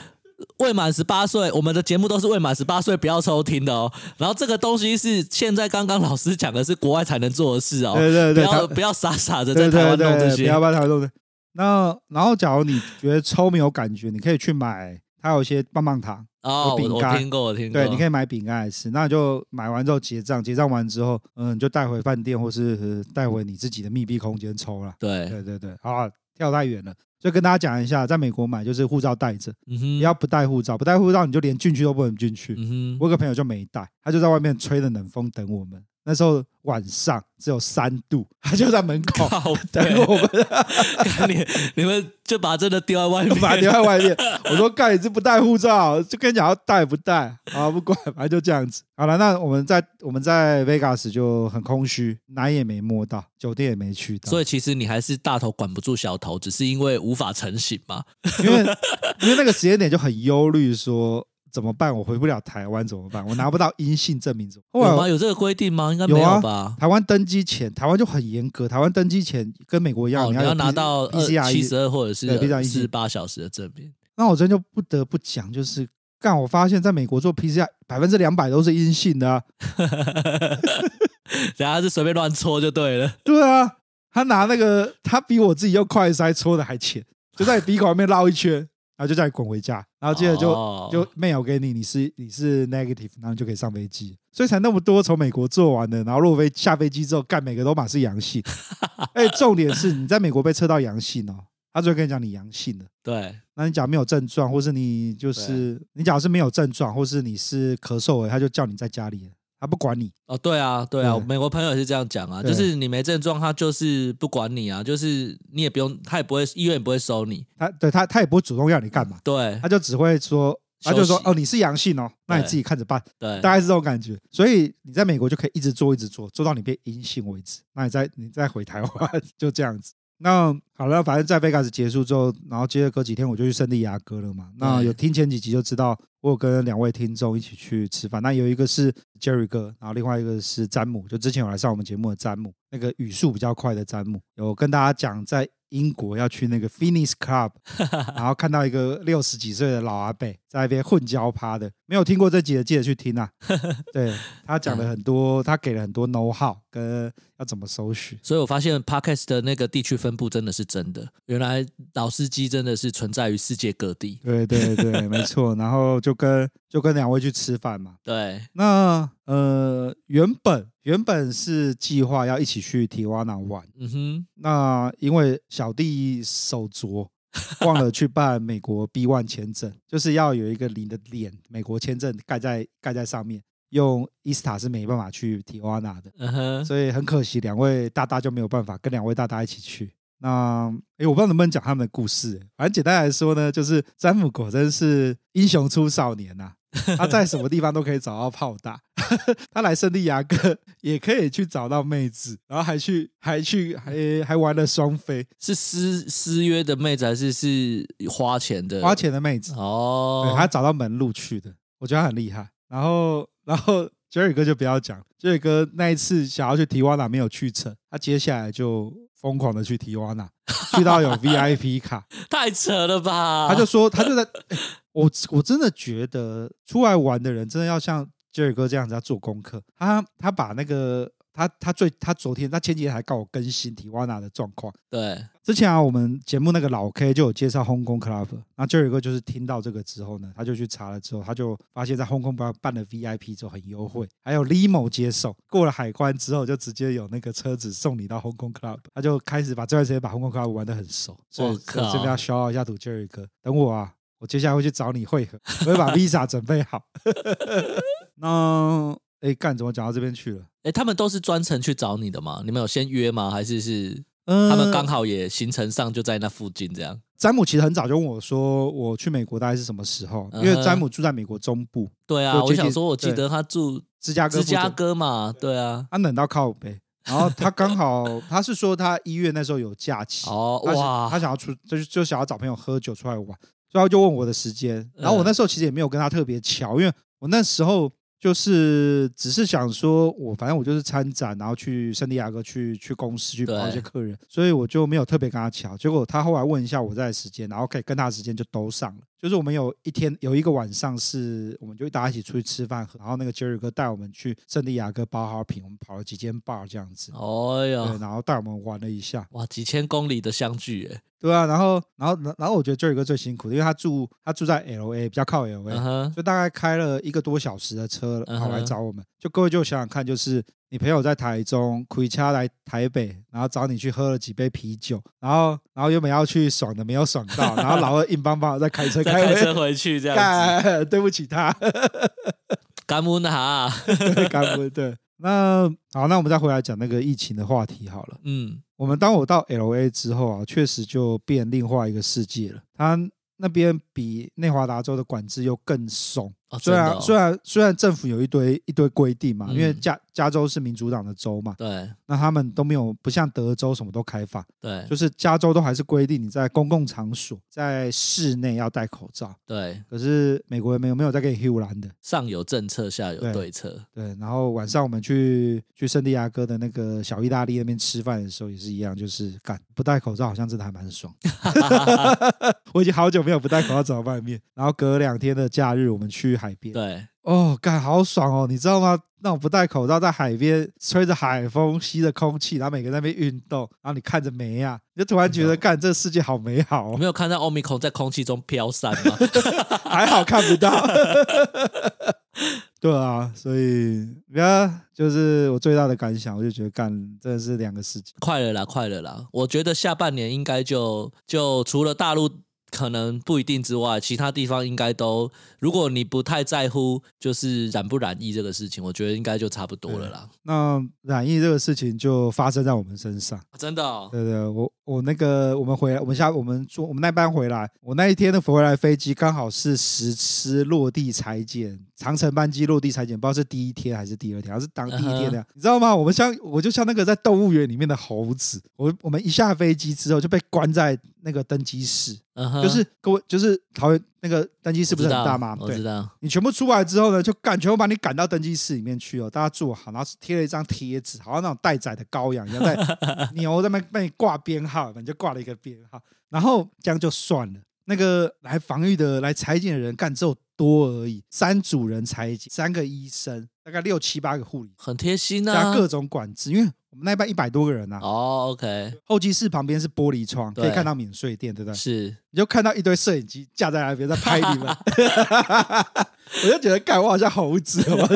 [SPEAKER 2] 未满十八岁，我们的节目都是未满十八岁不要收听的哦。然后这个东西是现在刚刚老师讲的是国外才能做的事哦，
[SPEAKER 1] 对对对，
[SPEAKER 2] 不
[SPEAKER 1] 他
[SPEAKER 2] 要不要傻傻的在
[SPEAKER 1] 对对
[SPEAKER 2] 台
[SPEAKER 1] 对，
[SPEAKER 2] 湾弄这
[SPEAKER 1] 不
[SPEAKER 2] 些
[SPEAKER 1] 要。把它弄的。那然后，假如你觉得抽没有感觉，你可以去买，它有一些棒棒糖，
[SPEAKER 2] 哦，
[SPEAKER 1] 有饼
[SPEAKER 2] 我我
[SPEAKER 1] 干
[SPEAKER 2] 听过，我听过。
[SPEAKER 1] 对，你可以买饼干来吃。那你就买完之后结账，结账完之后，嗯，你就带回饭店或是呃带回你自己的密闭空间抽了。
[SPEAKER 2] 对
[SPEAKER 1] 对对对，好啊，跳太远了。就跟大家讲一下，在美国买就是护照带着，
[SPEAKER 2] 嗯
[SPEAKER 1] 不
[SPEAKER 2] 哼，
[SPEAKER 1] 要不带护照，不带护照你就连进去都不能进去。
[SPEAKER 2] 嗯
[SPEAKER 1] 我
[SPEAKER 2] 哼，
[SPEAKER 1] 有个朋友就没带，他就在外面吹着冷风等我们。那时候晚上只有三度，他就在门 口
[SPEAKER 2] 靠
[SPEAKER 1] 哦等
[SPEAKER 2] 北，
[SPEAKER 1] 我们，
[SPEAKER 2] 干你你们就把真的丢在外面，
[SPEAKER 1] 把留在外面。我说：“干，你这不带护照，就跟你讲要带不带啊，不管，反正就这样子。”好了，那我们在我们在 Vegas 就很空虚，哪也没摸到，酒店也没去到，
[SPEAKER 2] 所以其实你还是大头管不住小头，只是因为无法成型嘛。
[SPEAKER 1] 因为因为那个时间点就很忧虑，说怎么办？我回不了台湾怎么办？我拿不到阴性证明怎么办？后来
[SPEAKER 2] 有
[SPEAKER 1] 我
[SPEAKER 2] 吗？有这个规定吗？应该
[SPEAKER 1] 有
[SPEAKER 2] 没
[SPEAKER 1] 啊
[SPEAKER 2] 有吧？
[SPEAKER 1] 台湾登机前，台湾就很严格。台湾登机前跟美国一样，
[SPEAKER 2] 哦，你
[SPEAKER 1] 要有
[SPEAKER 2] 要
[SPEAKER 1] P-
[SPEAKER 2] 拿到二
[SPEAKER 1] PCR
[SPEAKER 2] 七十二或者是
[SPEAKER 1] 对 PCR
[SPEAKER 2] 四十八小时的证明。
[SPEAKER 1] 那我真就不得不讲，就是干，我发现在美国做 PCR 百分之两百都是阴性的、啊。
[SPEAKER 2] 然后是随便乱搓就对了。
[SPEAKER 1] 对啊，他拿那个，他比我自己用快筛搓的还浅，就在你鼻孔里面绕一圈，然后就叫你滚回家，然后接着就、
[SPEAKER 2] 哦
[SPEAKER 1] 就 mail 给你，你是你是 negative，然后你就可以上飞机，所以才那么多从美国做完的，然后落飞下飞机之后，干每个都满是阳性，哎，重点是你在美国被测到阳性哦，他就会跟你讲你阳性了。
[SPEAKER 2] 对，
[SPEAKER 1] 那你假如没有症状，或是你就是你假如是没有症状，或是你是咳嗽而已，他就叫你在家里了，他不管你。
[SPEAKER 2] 哦，对啊，对啊，
[SPEAKER 1] 对
[SPEAKER 2] 美国朋友也是这样讲啊，
[SPEAKER 1] 对
[SPEAKER 2] 就是你没症状，他就是不管你啊，就是你也不用，他也不会，医院也不会收你。
[SPEAKER 1] 他对他他也不会主动要你干嘛，
[SPEAKER 2] 对
[SPEAKER 1] 他就只会说，他就说
[SPEAKER 2] 休息
[SPEAKER 1] 哦你是阳性哦，那你自己看着办，
[SPEAKER 2] 对
[SPEAKER 1] 大概是这种感觉。所以你在美国就可以一直做一直做，做到你变阴性为止。那你再你再回台湾 就这样子。那好了，反正在 Vegas 结束之后，然后接着隔几天我就去圣地亚哥了嘛。那
[SPEAKER 2] 对
[SPEAKER 1] 有听前几集就知道，我有跟两位听众一起去吃饭。那有一个是 Jerry 哥，然后另外一个是詹姆，就之前有来上我们节目的詹姆，那个语速比较快的詹姆，有跟大家讲在英国要去那个 Phoenix Club，然后看到一个六十几岁的老阿伯在那边混交趴的，没有听过这集的记得去听啊。对他讲了很多，他给了很多 know how 跟要怎么搜寻。
[SPEAKER 2] 所以我发现 podcast 的那个地区分布真的是真的，原来老司机真的是存在于世界各地。
[SPEAKER 1] 对对对，没错。然后就跟就跟两位去吃饭嘛。
[SPEAKER 2] 对，
[SPEAKER 1] 那呃，原本原本是计划要一起去提瓦纳玩，
[SPEAKER 2] 嗯哼，
[SPEAKER 1] 那因为小弟手拙，忘了去办美国 B one 签证，就是要有一个你的脸美国签证盖在盖在上面，用伊斯塔是没办法去提瓦纳的，
[SPEAKER 2] 嗯哼，
[SPEAKER 1] 所以很可惜，两位大大就没有办法跟两位大大一起去。那诶，我不知道能不能讲他们的故事、诶反正简单来说呢，就是詹姆果真是英雄出少年呐、他在什么地方都可以找到炮打， 他来圣地亚哥也可以去找到妹子，然后还去还去还还玩了双飞，
[SPEAKER 2] 是私私约的妹子还是是花钱的？
[SPEAKER 1] 花钱的妹子，
[SPEAKER 2] 哦
[SPEAKER 1] 对，他找到门路去的，我觉得他很厉害。然后， 然后 Jerry 哥就不要讲，Jerry 哥那一次想要去提瓦纳没有去成，他接下来就疯狂的去提瓦纳，去到有 VIP 卡，
[SPEAKER 2] 太扯了吧？
[SPEAKER 1] 他就说他就在，哎我我真的觉得出来玩的人真的要像 Jerry 哥这样子要做功课，他他把那个他他最他昨天他前几天还告我更新提瓦纳的状况。
[SPEAKER 2] 对，
[SPEAKER 1] 之前啊，我们节目那个老 K 就有介绍 Hong Kong Club，那 Jerry 哥就是听到这个之后呢，他就去查了之后，他就发现在 Hong Kong Club 办了 VIP 之后很优惠，还有 limo 接送，过了海关之后就直接有那个车子送你到 Hong Kong Club，他就开始把这段时间把 Hong Kong Club 玩得很熟，所以
[SPEAKER 2] 我靠
[SPEAKER 1] 这边要 shout out 一下赌 Jerry 哥，等我啊，我接下来会去找你会合，我会把 Visa 准备好。那哎干，怎么讲到这边去了？
[SPEAKER 2] 哎，他们都是专程去找你的吗？你们有先约吗？还是是
[SPEAKER 1] 嗯
[SPEAKER 2] 他们刚好也行程上就在那附近这样？
[SPEAKER 1] 詹姆其实很早就问我说，我去美国大概是什么时候？因为
[SPEAKER 2] 嗯哼
[SPEAKER 1] 詹姆住在美国中部，
[SPEAKER 2] 对啊，
[SPEAKER 1] 就
[SPEAKER 2] 我
[SPEAKER 1] 接近
[SPEAKER 2] 想说，我记得他住
[SPEAKER 1] 芝加哥。
[SPEAKER 2] 芝加，哥嘛，对啊。
[SPEAKER 1] 他冷到靠北。然后他刚好， 他是说他一月那时候有假期，
[SPEAKER 2] 哦
[SPEAKER 1] 他是
[SPEAKER 2] 哇
[SPEAKER 1] 他想要出，就是就想要找朋友喝酒出来玩，所以他就问我的时间。然
[SPEAKER 2] 嗯
[SPEAKER 1] 后我那时候其实也没有跟他特别巧，因为我那时候就是只是想说我，反正我就是参展，然后去圣地亚哥去去公司去跑一些
[SPEAKER 2] 对
[SPEAKER 1] 客人，所以我就没有特别跟他巧。结果他后来问一下我在的时间，然后可以跟他的时间就都上了。就是我们有一天有一个晚上是，我们就大家一起出去吃饭，然后那个 Jerry 哥带我们去圣地亚哥包好品，我们跑了几间 bar 这样子。
[SPEAKER 2] 哎
[SPEAKER 1] 对，
[SPEAKER 2] 呀，
[SPEAKER 1] 然后带我们玩了一下，
[SPEAKER 2] 哇，几千公里的相聚，哎，
[SPEAKER 1] 对啊，然后然后然后我觉得 Jerry 哥最辛苦的，因为他住他住在 L A 比较靠 L A，、
[SPEAKER 2] 嗯哼，
[SPEAKER 1] 就大概开了一个多小时的车
[SPEAKER 2] 嗯哼
[SPEAKER 1] 跑来找我们。就各位就想想看，就是你朋友在台中，回家来台北，然后找你去喝了几杯啤酒，然后然后原本要去爽的没有爽到，然后老二硬邦邦的在开车
[SPEAKER 2] 再
[SPEAKER 1] 开
[SPEAKER 2] 开
[SPEAKER 1] 回
[SPEAKER 2] 车回 去这样子。
[SPEAKER 1] 干，对不起他，
[SPEAKER 2] 干木哈，
[SPEAKER 1] 干不对。那好，那我们再回来讲那个疫情的话题好了。
[SPEAKER 2] 嗯
[SPEAKER 1] 我们当我到 L A 之后啊，确实就变另外一个世界了。它那边比内华达州的管制又更松，
[SPEAKER 2] 哦，
[SPEAKER 1] 虽然、
[SPEAKER 2] 真的哦
[SPEAKER 1] 虽然虽然政府有一堆一堆规定嘛，因为
[SPEAKER 2] 嗯
[SPEAKER 1] 加加州是民主党的州嘛，
[SPEAKER 2] 对
[SPEAKER 1] 那他们都没有不像德州什么都开放，
[SPEAKER 2] 对
[SPEAKER 1] 就是加州都还是规定你在公共场所在室内要戴口罩。
[SPEAKER 2] 对，
[SPEAKER 1] 可是美国人没有没有在给你 h u 蓝的，
[SPEAKER 2] 上有政策，下有
[SPEAKER 1] 对
[SPEAKER 2] 对策。
[SPEAKER 1] 对。然后晚上我们去去圣地亚哥的那个小意大利那边吃饭的时候也是一样，就是干不戴口罩好像真的还蛮爽。 我已经好久没有不戴口罩走到外面，然后隔两天的假日我们去海边，
[SPEAKER 2] 对，
[SPEAKER 1] 哦，干好爽哦，你知道吗？那种不戴口罩在海边吹着海风，吸着空气，然后每个人在那边运动，然后你看着梅啊，你就突然觉得干这世界好美好、
[SPEAKER 2] 我
[SPEAKER 1] 哦，
[SPEAKER 2] 没有看到奥密克在空气中飘散吗？
[SPEAKER 1] 还好看不到。对啊，所以呀，就是我最大的感想，我就觉得干真的是两个世界。
[SPEAKER 2] 快了啦，快了啦！我觉得下半年应该就就除了大陆可能不一定之外，其他地方应该都，如果你不太在乎就是染不染疫这个事情，我觉得应该就差不多了啦。
[SPEAKER 1] 那染疫这个事情就发生在我们身上。
[SPEAKER 2] 真的、哦，
[SPEAKER 1] 对对，我我那个我们回来，我们下我们坐我们那班回来，我那一天的回来飞机刚好是实施落地裁剪，长城班机落地裁剪，不知道是第一天还是第二天，还是当第一天的你知道吗？我们像我就像那个在动物园里面的猴子，我我们一下飞机之后就被关在那个登机室，
[SPEAKER 2] 嗯哼，
[SPEAKER 1] 就是各位就是桃园那个登机室
[SPEAKER 2] 我
[SPEAKER 1] 不是很
[SPEAKER 2] 知道
[SPEAKER 1] 大吗？
[SPEAKER 2] 我知
[SPEAKER 1] 对。
[SPEAKER 2] 道，
[SPEAKER 1] 你全部出来之后呢，就赶全部把你赶到登机室里面去哦，大家坐好，然后贴了一张贴纸，好像那种待宰的羔羊一样， 在牛在那边帮你挂编号，你就挂了一个编号，然后这样就算了。那个来防御的、来裁剪的人干只有多而已，三组人裁剪，三个医生，大概六七八个护理，
[SPEAKER 2] 很贴心
[SPEAKER 1] 加
[SPEAKER 2] 啊。
[SPEAKER 1] 各种管制，因为我们那一班一百多个人啊，
[SPEAKER 2] 哦，OK，
[SPEAKER 1] 候机室旁边是玻璃窗，可以
[SPEAKER 2] 对
[SPEAKER 1] 看到免税店，对不对？
[SPEAKER 2] 是
[SPEAKER 1] 你就看到一堆摄影机架在那边在拍你 们， 我就觉得干我好像猴子哦，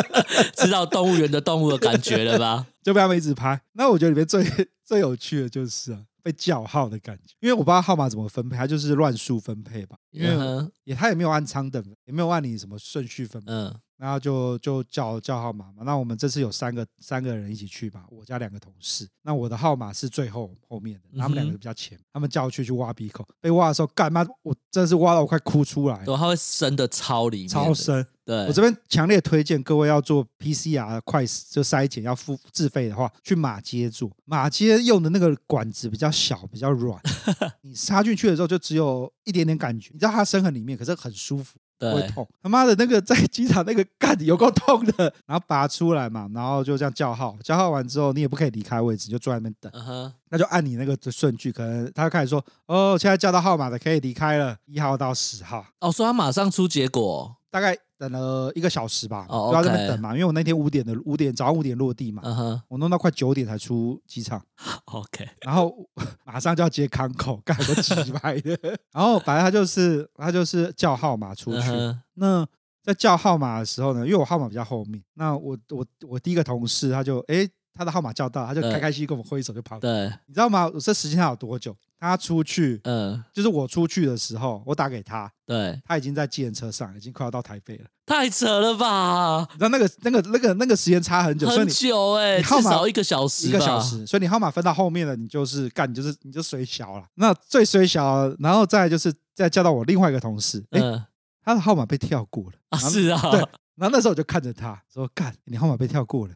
[SPEAKER 2] 知道动物园的动物的感觉了吧？
[SPEAKER 1] 就被他们一直拍。那我觉得里面最 最有趣的就是啊，被叫号的感觉，因为我不知道号码怎么分配，它就是乱数分配吧，因
[SPEAKER 2] 嗯
[SPEAKER 1] 为
[SPEAKER 2] 哼，
[SPEAKER 1] 也他也没有按仓等，也没有按你什么顺序分配，
[SPEAKER 2] 嗯，
[SPEAKER 1] 然后就就叫叫号码嘛。那我们这次有三个三个人一起去吧，我加两个同事。那我的号码是最后后面的，他们两
[SPEAKER 2] 嗯
[SPEAKER 1] 个
[SPEAKER 2] 哼
[SPEAKER 1] 比较前，他们叫去去挖鼻孔，被挖的时候干妈，我真的是挖到我快哭出来了，
[SPEAKER 2] 对，它会深的呃超里面，
[SPEAKER 1] 超，深。
[SPEAKER 2] 对，
[SPEAKER 1] 我这边强烈推荐各位要做 PCR 快就筛检要付自费的话，去马街做。马街用的那个管子比较小，比较 软，你插进去的时候就只有一点点感觉，你知道它深很里面，可是很舒服，不会
[SPEAKER 2] 对，
[SPEAKER 1] 痛。他妈的那个在机场那个干有够痛的，然后拔出来嘛，然后就这样叫号，叫号完之后你也不可以离开位置，你就坐在那边等。
[SPEAKER 2] 嗯哼，
[SPEAKER 1] 那就按你那个顺序，可能他开始说哦，现在叫到号码的可以离开了，一号到十号。
[SPEAKER 2] 哦，所以它马上出结果，
[SPEAKER 1] 大概等了一个小时吧，
[SPEAKER 2] 哦
[SPEAKER 1] 就在那
[SPEAKER 2] OK
[SPEAKER 1] 边等嘛，因为我那天五点的五点早上五点落地嘛，
[SPEAKER 2] 嗯哼
[SPEAKER 1] 我弄到快九点才出机场，
[SPEAKER 2] ，OK，
[SPEAKER 1] 然后 马上就要接康口， 干个鸡排的， 然后反正他就是他就是叫号码出
[SPEAKER 2] 嗯
[SPEAKER 1] 去，
[SPEAKER 2] 哼，
[SPEAKER 1] 那在叫号码的时候呢，因为我号码比较后面，那我我我第一个同事他就诶，他的号码叫到，他就
[SPEAKER 2] 对
[SPEAKER 1] 开开心心跟我们挥手就跑，
[SPEAKER 2] 嗯对，
[SPEAKER 1] 你知道吗？我这时间还有多久？他出去
[SPEAKER 2] 嗯，
[SPEAKER 1] 就是我出去的时候，我打给他，
[SPEAKER 2] 对，
[SPEAKER 1] 他已经在计程车上，已经快要到台北了。
[SPEAKER 2] 太扯了吧，
[SPEAKER 1] 你知道那个那个那个那个时间差很久，所以
[SPEAKER 2] 很
[SPEAKER 1] 你
[SPEAKER 2] 久哎、
[SPEAKER 1] 你
[SPEAKER 2] 至
[SPEAKER 1] 号码
[SPEAKER 2] 少一个小时，
[SPEAKER 1] 一个小，时，所以你号码分到后面了，你就是干，你就是你就水小了。那最水小，啊然后再来就是再叫到我另外一个同事，哎、
[SPEAKER 2] 嗯
[SPEAKER 1] 他的号码被跳过了
[SPEAKER 2] 啊
[SPEAKER 1] 然后
[SPEAKER 2] 是啊，
[SPEAKER 1] 对，然后那时候我就看着他说：“干，你号码被跳 过了。”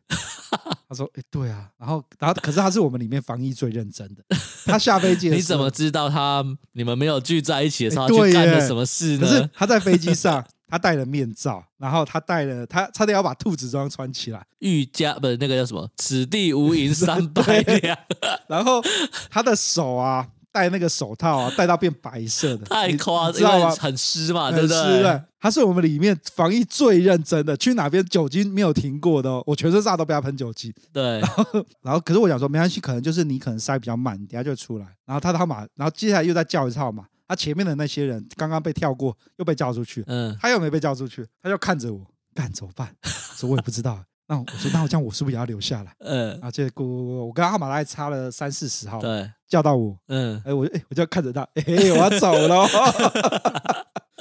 [SPEAKER 1] 他说：“哎、对啊。”然后然后可是他是我们里面防疫最认真的，他下飞机的
[SPEAKER 2] 你
[SPEAKER 1] 时
[SPEAKER 2] 怎
[SPEAKER 1] 候
[SPEAKER 2] 么？知道他你们没有聚在一起的时候
[SPEAKER 1] 哎
[SPEAKER 2] 他去
[SPEAKER 1] 对
[SPEAKER 2] 干了
[SPEAKER 1] 耶
[SPEAKER 2] 什么事
[SPEAKER 1] 可是
[SPEAKER 2] 呢？
[SPEAKER 1] 他在飞机上，他戴了面罩，然后他戴了他差点要把兔子装穿起来。
[SPEAKER 2] 欲加不是那个叫什么？此地无银三百两，
[SPEAKER 1] 然后他的手啊，戴那个手套啊，戴到变白色的，
[SPEAKER 2] 太
[SPEAKER 1] 你
[SPEAKER 2] 夸
[SPEAKER 1] 你
[SPEAKER 2] 张，
[SPEAKER 1] 知道
[SPEAKER 2] 因为
[SPEAKER 1] 吗？
[SPEAKER 2] 很湿嘛，
[SPEAKER 1] 很
[SPEAKER 2] 对不
[SPEAKER 1] 湿
[SPEAKER 2] 对？
[SPEAKER 1] 润他是我们里面防疫最认真的，去哪边酒精没有停过的、哦，我全身上下都被他喷酒精。
[SPEAKER 2] 对，
[SPEAKER 1] 然后，可是我想说没关系，可能就是你可能塞比较慢，你等下就会出来。然后他的号码，然后接下来又再叫一次号码，他前面的那些人刚刚被跳过，又被叫出去，
[SPEAKER 2] 嗯，
[SPEAKER 1] 他又没被叫出去，他就看着我，干怎么办？我说我也不知道，那我说那我这样我是不是也要留下来？
[SPEAKER 2] 呃，
[SPEAKER 1] 然后结果我跟阿马拉差了三四十号，
[SPEAKER 2] 对，
[SPEAKER 1] 叫到我，
[SPEAKER 2] 嗯，
[SPEAKER 1] 哎，我哎我就看着他，哎，我要走了哦。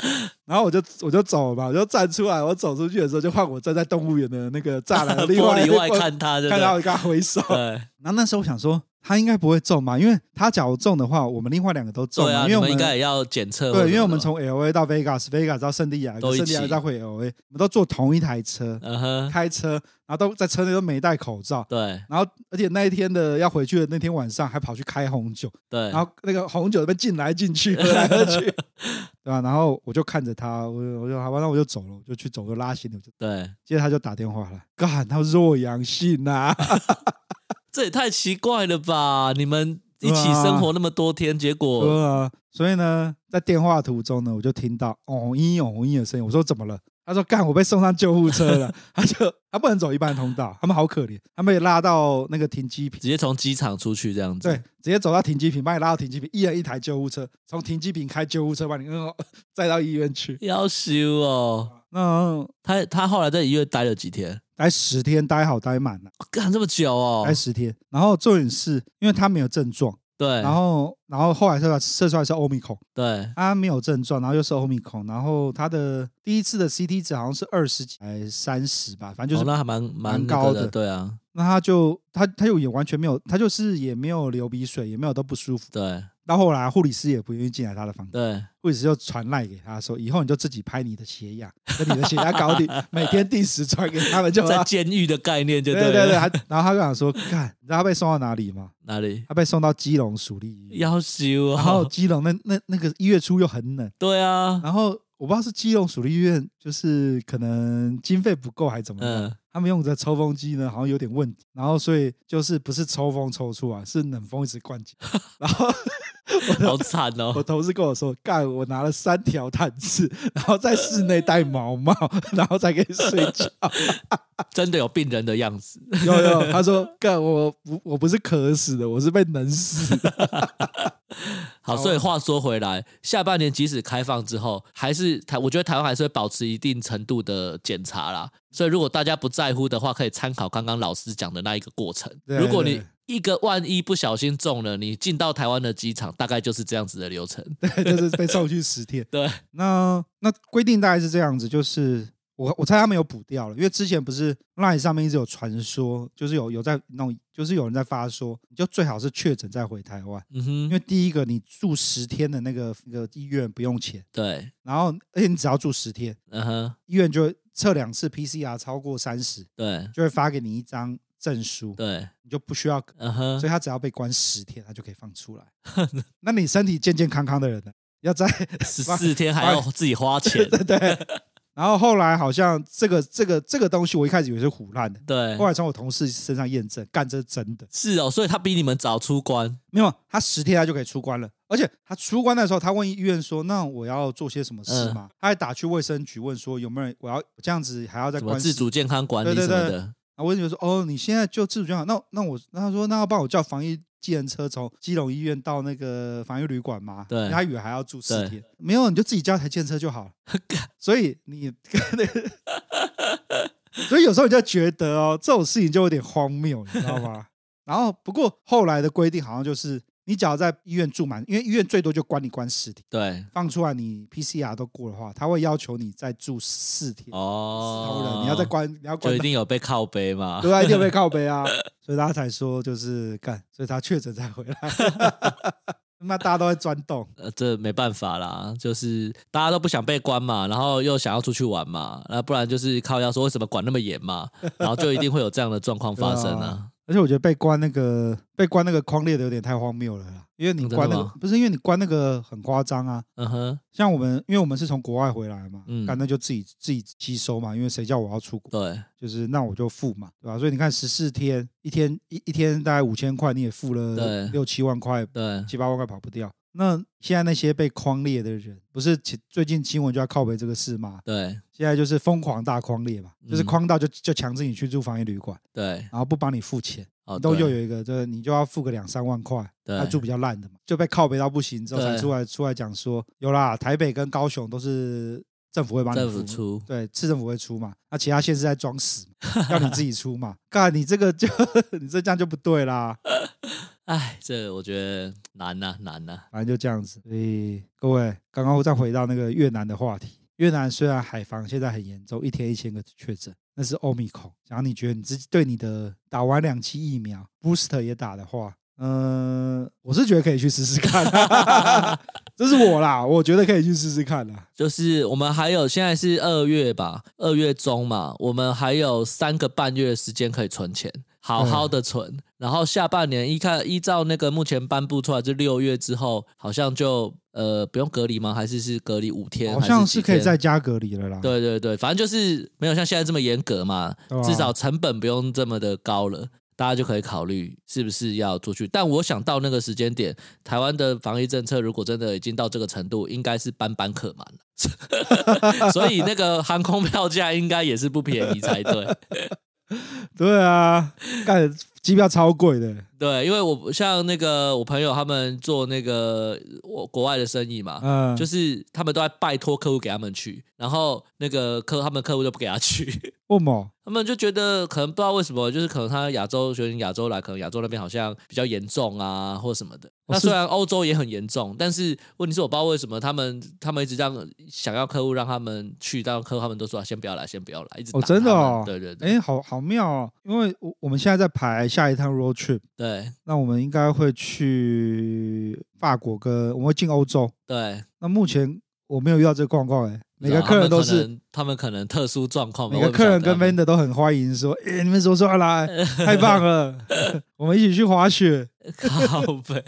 [SPEAKER 1] 然后我就我就走嘛，我就站出来，我走出去的时候就换我站在动物园的那个栅 栏的另
[SPEAKER 2] 玻
[SPEAKER 1] 外一
[SPEAKER 2] 璃外
[SPEAKER 1] 边
[SPEAKER 2] 看他，对不
[SPEAKER 1] 看
[SPEAKER 2] 对
[SPEAKER 1] 到我跟他挥手，
[SPEAKER 2] 对
[SPEAKER 1] 然后那时候我想说，他应该不会中吧？因为他假如中的话，我们另外两个都中
[SPEAKER 2] 对
[SPEAKER 1] 嘛，
[SPEAKER 2] 啊，
[SPEAKER 1] 因为
[SPEAKER 2] 你
[SPEAKER 1] 我
[SPEAKER 2] 们
[SPEAKER 1] 们
[SPEAKER 2] 应该也要检测或什么的吧，
[SPEAKER 1] 对，因为我们从 L A 到 Vegas，Vegas 到圣地亚
[SPEAKER 2] 都
[SPEAKER 1] 哥，
[SPEAKER 2] 一起
[SPEAKER 1] 圣地亚哥再回 L A，我们都坐同一台车，
[SPEAKER 2] 嗯哼，
[SPEAKER 1] 开车，然后都在车内都没戴口罩。
[SPEAKER 2] 对
[SPEAKER 1] 然后，而且那一天的要回去的那天晚上，还跑去开红酒，
[SPEAKER 2] 对，
[SPEAKER 1] 然后那个红酒那边进来进去，喝来喝去，对吧、然后我就看着他，我就我就好吧，那我就走了，我就去走，就拉行李，我就
[SPEAKER 2] 对，
[SPEAKER 1] 接着他就打电话了，干，他弱阳性呐、
[SPEAKER 2] 这也太奇怪了吧？你们一起
[SPEAKER 1] 对啊
[SPEAKER 2] 生活那么多天，结果
[SPEAKER 1] 对啊，所以呢，在电话途中呢，我就听到嗡一嗡一的声音。我说怎么了？他说干，我被送上救护车了。他就他不能走一般通道，他们好可怜，他们也拉到那个停机坪，
[SPEAKER 2] 直接从机场出去这样子，
[SPEAKER 1] 对，直接走到停机坪，把你拉到停机坪，一人一台救护车，从停机坪开救护车把你嗯载到医院去。
[SPEAKER 2] 要修哦。
[SPEAKER 1] 那
[SPEAKER 2] 他他后来在医院待了几天？
[SPEAKER 1] 待十天，待好待满了，
[SPEAKER 2] 哦干、这么久哦
[SPEAKER 1] 待？十天。然后重点是因为他没有症状，
[SPEAKER 2] 对
[SPEAKER 1] 然后然后后来测出来测出来是欧米孔。
[SPEAKER 2] 对，
[SPEAKER 1] 他没有症状，然后又是 Omicron，然后他的第一次的 CT 值好像是二十几还三十吧，反正就
[SPEAKER 2] 哦，
[SPEAKER 1] 是、
[SPEAKER 2] 那还蛮蛮
[SPEAKER 1] 蛮
[SPEAKER 2] 那个
[SPEAKER 1] 高的
[SPEAKER 2] 对啊，
[SPEAKER 1] 那他就他他又也完全没有，他就是也没有流鼻水，也没有都不舒服。
[SPEAKER 2] 对
[SPEAKER 1] 到后来护理师也不愿意进来他的房间，
[SPEAKER 2] 对，
[SPEAKER 1] 护理师就传赖给他说，以后你就自己拍你的血压，跟你的血压高低，每天定时传给他们就
[SPEAKER 2] 在
[SPEAKER 1] 好。
[SPEAKER 2] 监狱的概念就
[SPEAKER 1] 对
[SPEAKER 2] 了，
[SPEAKER 1] 对对，他然后他就想说，看，你知道他被送到哪里吗？
[SPEAKER 2] 哪里
[SPEAKER 1] 他被送到基隆蜀立医院，
[SPEAKER 2] 要修
[SPEAKER 1] 然后
[SPEAKER 2] 哦？
[SPEAKER 1] 基隆那那那个一月初又很冷。
[SPEAKER 2] 对啊，
[SPEAKER 1] 然后我不知道是基隆属立医院，就是可能经费不够还怎么样，
[SPEAKER 2] 嗯，
[SPEAKER 1] 他们用的抽风机呢好像有点问题，然后所以就是不是抽风抽出来，是冷风一直灌进。然后
[SPEAKER 2] 好惨
[SPEAKER 1] 我
[SPEAKER 2] 哦，
[SPEAKER 1] 同事跟我说，干，我拿了三条毯子， 然后在室内戴毛毛， 然后才可以睡觉。
[SPEAKER 2] 真的有病人的样子。
[SPEAKER 1] 有有，他说干，我不我不是渴死的，我是被冷死的。
[SPEAKER 2] 好，
[SPEAKER 1] 啊
[SPEAKER 2] 所以话说回来，下半年即使开放之后，还是台，我觉得台湾还是会保持一定程度的检查啦。所以如果大家不在乎的话，可以参考刚刚老师讲的那一个过程。
[SPEAKER 1] 对
[SPEAKER 2] 如果
[SPEAKER 1] 对
[SPEAKER 2] 你一个万一不小心中了，你进到台湾的机场，大概就是这样子的流程。
[SPEAKER 1] 对，就是被送去十天。
[SPEAKER 2] 对，
[SPEAKER 1] 那那规定大概是这样子，就是我我猜他们有补掉了，因为之前不是 LINE 上面一直有传说，就是有有在弄，就是有人在发说，你就最好是确诊再回台湾，
[SPEAKER 2] 嗯
[SPEAKER 1] 因
[SPEAKER 2] 哼，
[SPEAKER 1] 为第一个你住十天的那个那个医院不用钱，
[SPEAKER 2] 对，
[SPEAKER 1] 然后而且你只要住十天，
[SPEAKER 2] 嗯哼，
[SPEAKER 1] 医院就会测两次 PCR 超过三十，
[SPEAKER 2] 对
[SPEAKER 1] 就会发给你一张证书，
[SPEAKER 2] 对，
[SPEAKER 1] 你就不需要。
[SPEAKER 2] 嗯
[SPEAKER 1] 所
[SPEAKER 2] 哼，
[SPEAKER 1] 以他只要被关十天，他就可以放出来。 那你身体健健康康的人呢？要在
[SPEAKER 2] 十四天还要自己花钱。
[SPEAKER 1] 对。然后后来好像这个这个这个东西，我一开始以为是胡乱的，
[SPEAKER 2] 对
[SPEAKER 1] 后，来从我同事身上验证，干这是真的。
[SPEAKER 2] 是哦，所以他比你们早出关。
[SPEAKER 1] 没有，啊他十天他就可以出关了，而且他出关的时候，他问医院说：“那我要做些什么事吗？”他还打去卫生局问说：“有没有人我要这样子还要再
[SPEAKER 2] 什么
[SPEAKER 1] 关
[SPEAKER 2] 自
[SPEAKER 1] 注
[SPEAKER 2] 主健康管理什
[SPEAKER 1] 对
[SPEAKER 2] 么
[SPEAKER 1] 对
[SPEAKER 2] 的，
[SPEAKER 1] 对啊，卫生局说：“哦，你现在就自主就好。那那我那他说那要帮我叫防疫计程车从基隆医院到那个防疫旅馆吗？
[SPEAKER 2] 对
[SPEAKER 1] 他以为还要住四
[SPEAKER 2] 对
[SPEAKER 1] 天，没有，你就自己叫台计程车就 好了。所以你 那个，所以有时候你就觉得哦，这种事情就有点荒谬，你知道吗？然后不过后来的规定好像就是，你只要在医院住满，因为医院最多就关你关十天，
[SPEAKER 2] 对，
[SPEAKER 1] 放出来你 PCR 都过的话，他会要求你再住四天。
[SPEAKER 2] 哦，
[SPEAKER 1] 超人，你要再关，你要关
[SPEAKER 2] 就一定有被靠背嘛。
[SPEAKER 1] 对啊，一定 会被靠背啊，所以他才说就是干，所以他确诊才回来。 那大家都在钻洞，
[SPEAKER 2] 呃，这没办法啦，就是大家都不想被关嘛，然后又想要出去玩嘛，那不然就是靠要说为什么管那么严嘛，然后就一定会有这样的状况发生啊。
[SPEAKER 1] 而且我觉得被关那个被关那个框列的有点太荒谬了啦，因为你
[SPEAKER 2] 嗯真的
[SPEAKER 1] 关那
[SPEAKER 2] 吗
[SPEAKER 1] 个不是因为你关那个很夸张啊。
[SPEAKER 2] 嗯哼，
[SPEAKER 1] 像我们，因为我们是从国外回来嘛，
[SPEAKER 2] 嗯
[SPEAKER 1] 干那就自己自己吸收嘛，因为谁叫我要出国，
[SPEAKER 2] 对
[SPEAKER 1] 就是那我就付嘛，对吧、所以你看十四天，一天一一天大概五千块，你也付
[SPEAKER 2] 对
[SPEAKER 1] 了六七万块
[SPEAKER 2] 对
[SPEAKER 1] 七八万块跑不掉。那现在那些被框列的人，不是其最近新闻就要靠北这个事嘛？
[SPEAKER 2] 对
[SPEAKER 1] 现在就是疯狂大框列嘛，就是
[SPEAKER 2] 嗯
[SPEAKER 1] 框到就就强制你去住防疫旅馆，
[SPEAKER 2] 对，
[SPEAKER 1] 然后不帮你付钱，
[SPEAKER 2] 哦
[SPEAKER 1] 都又
[SPEAKER 2] 对
[SPEAKER 1] 有一个，就是你就要付个两三万块，那
[SPEAKER 2] 对
[SPEAKER 1] 住比较烂的嘛，就被靠北到不行之后才
[SPEAKER 2] 对
[SPEAKER 1] 出来出来讲说，有啦，台北跟高雄都是政府会帮你
[SPEAKER 2] 政府
[SPEAKER 1] 付
[SPEAKER 2] 出，
[SPEAKER 1] 对，市政府会出嘛，那、其他县市在装死嘛，要你自己出嘛。 干，你这个就你这这样就不对啦，
[SPEAKER 2] 哎，这我觉得难呐、难啊呐、
[SPEAKER 1] 反正就这样子。所以各位，刚刚再回到那个越南的话题，越南虽然海防现在很严重，一天一千个确诊，那是欧米孔。然后你觉得你自己对你的打完两期疫苗，booster 也打的话，嗯、我是觉得可以去试试看，啊 这是我啦，我觉得可以去试试看啦。
[SPEAKER 2] 就是我们还有现在是二月吧，二月中嘛，我们还有三个半月的时间可以存钱，好
[SPEAKER 1] 嗯
[SPEAKER 2] 好的存。然后下半年依看依照那个目前颁布出来，就六月之后，好像就呃不用隔离吗？还是是隔离五天？
[SPEAKER 1] 好像
[SPEAKER 2] 还
[SPEAKER 1] 是
[SPEAKER 2] 是
[SPEAKER 1] 可以在
[SPEAKER 2] 在。
[SPEAKER 1] 家隔离了啦。
[SPEAKER 2] 对对对，反正就是没有像现在这么严格嘛，
[SPEAKER 1] 对啊
[SPEAKER 2] 至少成本不用这么的高了，大家就可以考虑是不是要出去。但我想到那个时间点，台湾的防疫政策如果真的已经到这个程度，应该是班班客满了， 所以那个航空票价应该也是不便宜才 对。
[SPEAKER 1] 对啊，干机票超贵
[SPEAKER 2] 啊
[SPEAKER 1] 的。
[SPEAKER 2] 对，因为我像那个我朋友他们做那个我国外的生意嘛，
[SPEAKER 1] 嗯，
[SPEAKER 2] 就是他们都在拜托客户给他们去，然后那个客他们客户都不给他去。
[SPEAKER 1] 为毛？
[SPEAKER 2] 他们就觉得可能不知道为什么，就是可能他亚洲学生亚洲来，可能亚洲那边好像比较严重啊，或什么的。
[SPEAKER 1] 哦
[SPEAKER 2] 那
[SPEAKER 1] 是
[SPEAKER 2] 虽然欧洲也很严重，但是问题是我不知道为什么他们他们一直这样想要客户让他们去，但客户他们都说、啊先不要来，先不要来，一直
[SPEAKER 1] 哦
[SPEAKER 2] 打
[SPEAKER 1] 真的
[SPEAKER 2] 他们
[SPEAKER 1] 哦
[SPEAKER 2] 对对对、
[SPEAKER 1] 哎，好好妙哦！因为我我们现在在排下一趟 road trip，
[SPEAKER 2] 对
[SPEAKER 1] 那我们应该会去法国跟我们会进欧洲。
[SPEAKER 2] 对，
[SPEAKER 1] 那目前我没有遇到这个状况，哎，每个
[SPEAKER 2] 啊然后他
[SPEAKER 1] 客
[SPEAKER 2] 们
[SPEAKER 1] 人都
[SPEAKER 2] 可
[SPEAKER 1] 是
[SPEAKER 2] 能他们可能特殊状况吧，
[SPEAKER 1] 每
[SPEAKER 2] 我
[SPEAKER 1] 个
[SPEAKER 2] 也不
[SPEAKER 1] 客
[SPEAKER 2] 晓
[SPEAKER 1] 人
[SPEAKER 2] 得
[SPEAKER 1] 跟
[SPEAKER 2] 他们
[SPEAKER 1] vendor 都很欢迎，说：“哎，你们什么时候要来？太棒 了，我们一起去滑雪。”
[SPEAKER 2] 靠 背，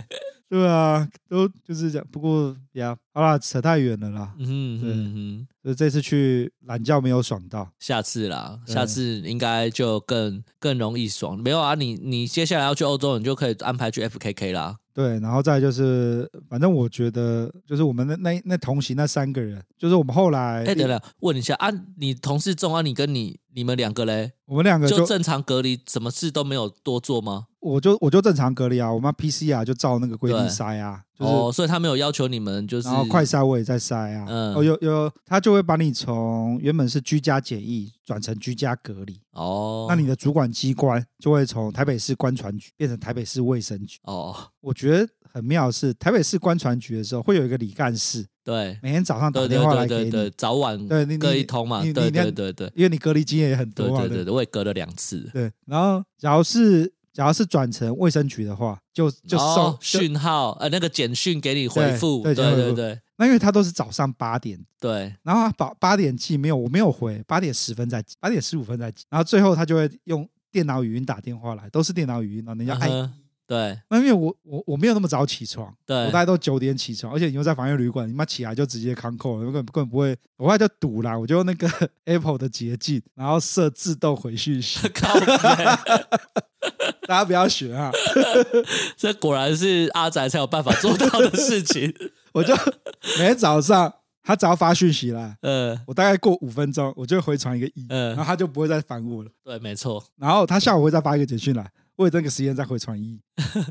[SPEAKER 1] 对啊，都就是这样。不过呀，好啦，扯太远了啦。
[SPEAKER 2] 嗯
[SPEAKER 1] 对
[SPEAKER 2] 嗯嗯，
[SPEAKER 1] 所以这次去懒觉没有爽到。
[SPEAKER 2] 下次啦，
[SPEAKER 1] 对
[SPEAKER 2] 下次应该就更更容易爽。没有啊，你你接下来要去欧洲，你就可以安排去 FKK 啦。
[SPEAKER 1] 对，然后再就是，反正我觉得，就是我们那那那同行那三个人，就是我们后来，
[SPEAKER 2] 哎、等等，问一下啊，你同事中啊，你跟你你们两个嘞，
[SPEAKER 1] 我们两个
[SPEAKER 2] 就
[SPEAKER 1] 就
[SPEAKER 2] 正常隔离，什么事都没有多做吗？
[SPEAKER 1] 我就我就正常隔离啊，我妈 PCR 就照那个规定
[SPEAKER 2] 对
[SPEAKER 1] 筛啊，就是、
[SPEAKER 2] 哦，所以他没有要求你们就是
[SPEAKER 1] 然后快筛我也在筛啊，
[SPEAKER 2] 嗯
[SPEAKER 1] 哦有有，他就会把你从原本是居家检疫转成居家隔离，
[SPEAKER 2] 哦，
[SPEAKER 1] 那你的主管机关就会从台北市观传局变成台北市卫生局。
[SPEAKER 2] 哦，
[SPEAKER 1] 我觉得很妙的是，台北市观传局的时候会有一个李干事，
[SPEAKER 2] 对
[SPEAKER 1] 每天早上打
[SPEAKER 2] 对
[SPEAKER 1] 电
[SPEAKER 2] 对
[SPEAKER 1] 话来
[SPEAKER 2] 对
[SPEAKER 1] 给
[SPEAKER 2] 对对，
[SPEAKER 1] 你，
[SPEAKER 2] 早晚
[SPEAKER 1] 对你你
[SPEAKER 2] 各一通嘛，
[SPEAKER 1] 你
[SPEAKER 2] 对
[SPEAKER 1] 你
[SPEAKER 2] 对
[SPEAKER 1] 你看
[SPEAKER 2] 对对对
[SPEAKER 1] 因为你隔离经验也很多嘛，
[SPEAKER 2] 对
[SPEAKER 1] 不
[SPEAKER 2] 对对，我也隔了两次。
[SPEAKER 1] 对，然后假如是假如是转成卫生局的话，就 就送、
[SPEAKER 2] 哦
[SPEAKER 1] 就
[SPEAKER 2] 讯号，呃，那个简讯给你回
[SPEAKER 1] 对
[SPEAKER 2] 复，
[SPEAKER 1] 对
[SPEAKER 2] 对
[SPEAKER 1] 简讯回
[SPEAKER 2] 对
[SPEAKER 1] 复
[SPEAKER 2] 对
[SPEAKER 1] 那因为他都是早上八点，
[SPEAKER 2] 对，
[SPEAKER 1] 然后八八点寄没有，我没有回，八点十分再寄，八点十五分再寄，然后最后他就会用电脑语音打电话来，都是电脑语音，啊然后人家
[SPEAKER 2] 嗯
[SPEAKER 1] 按。
[SPEAKER 2] 哼对
[SPEAKER 1] 那因为我我我没有那么早起床，我
[SPEAKER 2] 对，
[SPEAKER 1] 大，概都九点起床，而且你又在防疫旅馆，你妈起来就直接康扣了，根本根本不会。我后来就赌啦，我就用那个 Apple 的捷径，然后设自动回讯息
[SPEAKER 2] 靠北！
[SPEAKER 1] 大家不要学啊！
[SPEAKER 2] 这果然是阿宅才有办法做到的事情。
[SPEAKER 1] 我就每天早上他只要发讯息来，
[SPEAKER 2] 呃，
[SPEAKER 1] 我大概过五分钟，我就会回传一个一、
[SPEAKER 2] 嗯
[SPEAKER 1] 然后他就不会再烦我了。
[SPEAKER 2] 对，没错，
[SPEAKER 1] 然后他下午会再发一个简讯来，我有这个时间再回传 一，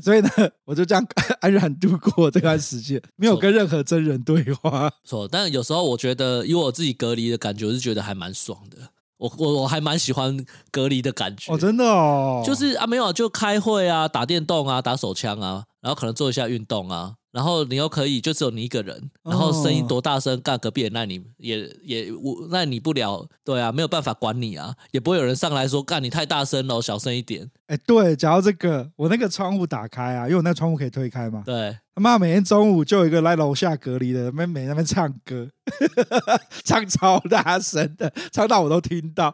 [SPEAKER 1] 所以呢，我就这样 安然度过这段时 间，没有跟任何真人对话。
[SPEAKER 2] 不错。但有时候我觉得，以我自己隔离的感觉，我是觉得还蛮爽的。我我我还蛮喜欢隔离的感觉。
[SPEAKER 1] 哦，真的哦，
[SPEAKER 2] 就是啊，没有就开会啊，打电动啊，打手枪啊，然后可能做一下运动啊，然后你又可以就只有你一个人，然后声
[SPEAKER 1] 哦
[SPEAKER 2] 音多大声，干隔壁也耐你也也我耐你不了，对啊，没有办法管你啊，也不会有人上来说干你太大声了，小声一点，
[SPEAKER 1] 哎，对，讲到这个，我那个窗户打开啊，因为我那个窗户可以推开嘛。
[SPEAKER 2] 对，
[SPEAKER 1] 他妈，每天中午就有一个来楼下隔离的，每每在那边唱歌， 唱超大声的，唱到我都听到。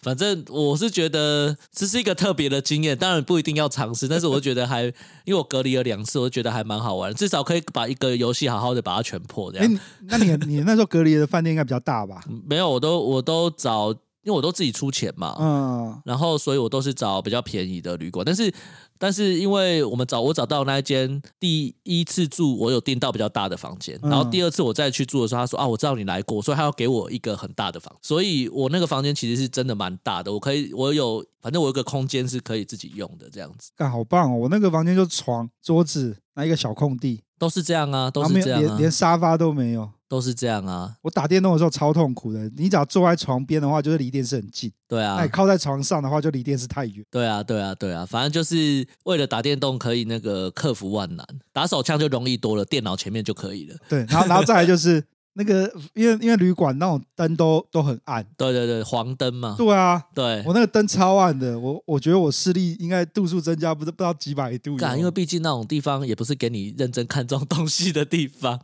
[SPEAKER 2] 反正我是觉得这是一个特别的经验，当然不一定要尝试，但是我觉得还因为我隔离了两次，我觉得还蛮好玩，至少可以把一个游戏好好的把它全破这
[SPEAKER 1] 哎
[SPEAKER 2] 样。，
[SPEAKER 1] 那你你那时候隔离的饭店应该比较大吧？
[SPEAKER 2] 没有，我都我都找，因为我都自己出钱嘛，
[SPEAKER 1] 嗯，
[SPEAKER 2] 然后所以我都是找比较便宜的旅馆，但是但是因为我们找我找到那一间第一次住，我有订到比较大的房间，
[SPEAKER 1] 嗯
[SPEAKER 2] 然后第二次我再去住的时候，他说啊我知道你来过，所以他要给我一个很大的房，所以我那个房间其实是真的蛮大的，我可以我有反正我有一个空间是可以自己用的，这样子
[SPEAKER 1] 干好棒哦！我那个房间就床、桌子，那一个小空地，
[SPEAKER 2] 都是这样啊，都
[SPEAKER 1] 然后没
[SPEAKER 2] 是
[SPEAKER 1] 有
[SPEAKER 2] 这样
[SPEAKER 1] 连
[SPEAKER 2] 啊，
[SPEAKER 1] 连沙发都没有。
[SPEAKER 2] 都是这样啊，
[SPEAKER 1] 我打电动的时候超痛苦的，你只要坐在床边的话，就是离电视很近；
[SPEAKER 2] 对啊
[SPEAKER 1] 那你，靠在床上的话，就离电视太远。
[SPEAKER 2] 对啊，对啊，对啊，反正就是为了打电动可以那个克服万难，打手枪就容易多了，电脑前面就可以了。
[SPEAKER 1] 对，然后然后再来就是那个，因为因为旅馆那种灯都都很暗。
[SPEAKER 2] 对对对，黄灯嘛，
[SPEAKER 1] 对啊，
[SPEAKER 2] 对，
[SPEAKER 1] 我那个灯超暗的，我我觉得我视力应该度数增加不知不知道几百度有。
[SPEAKER 2] 干，因为毕竟那种地方也不是给你认真看这种东西的地方。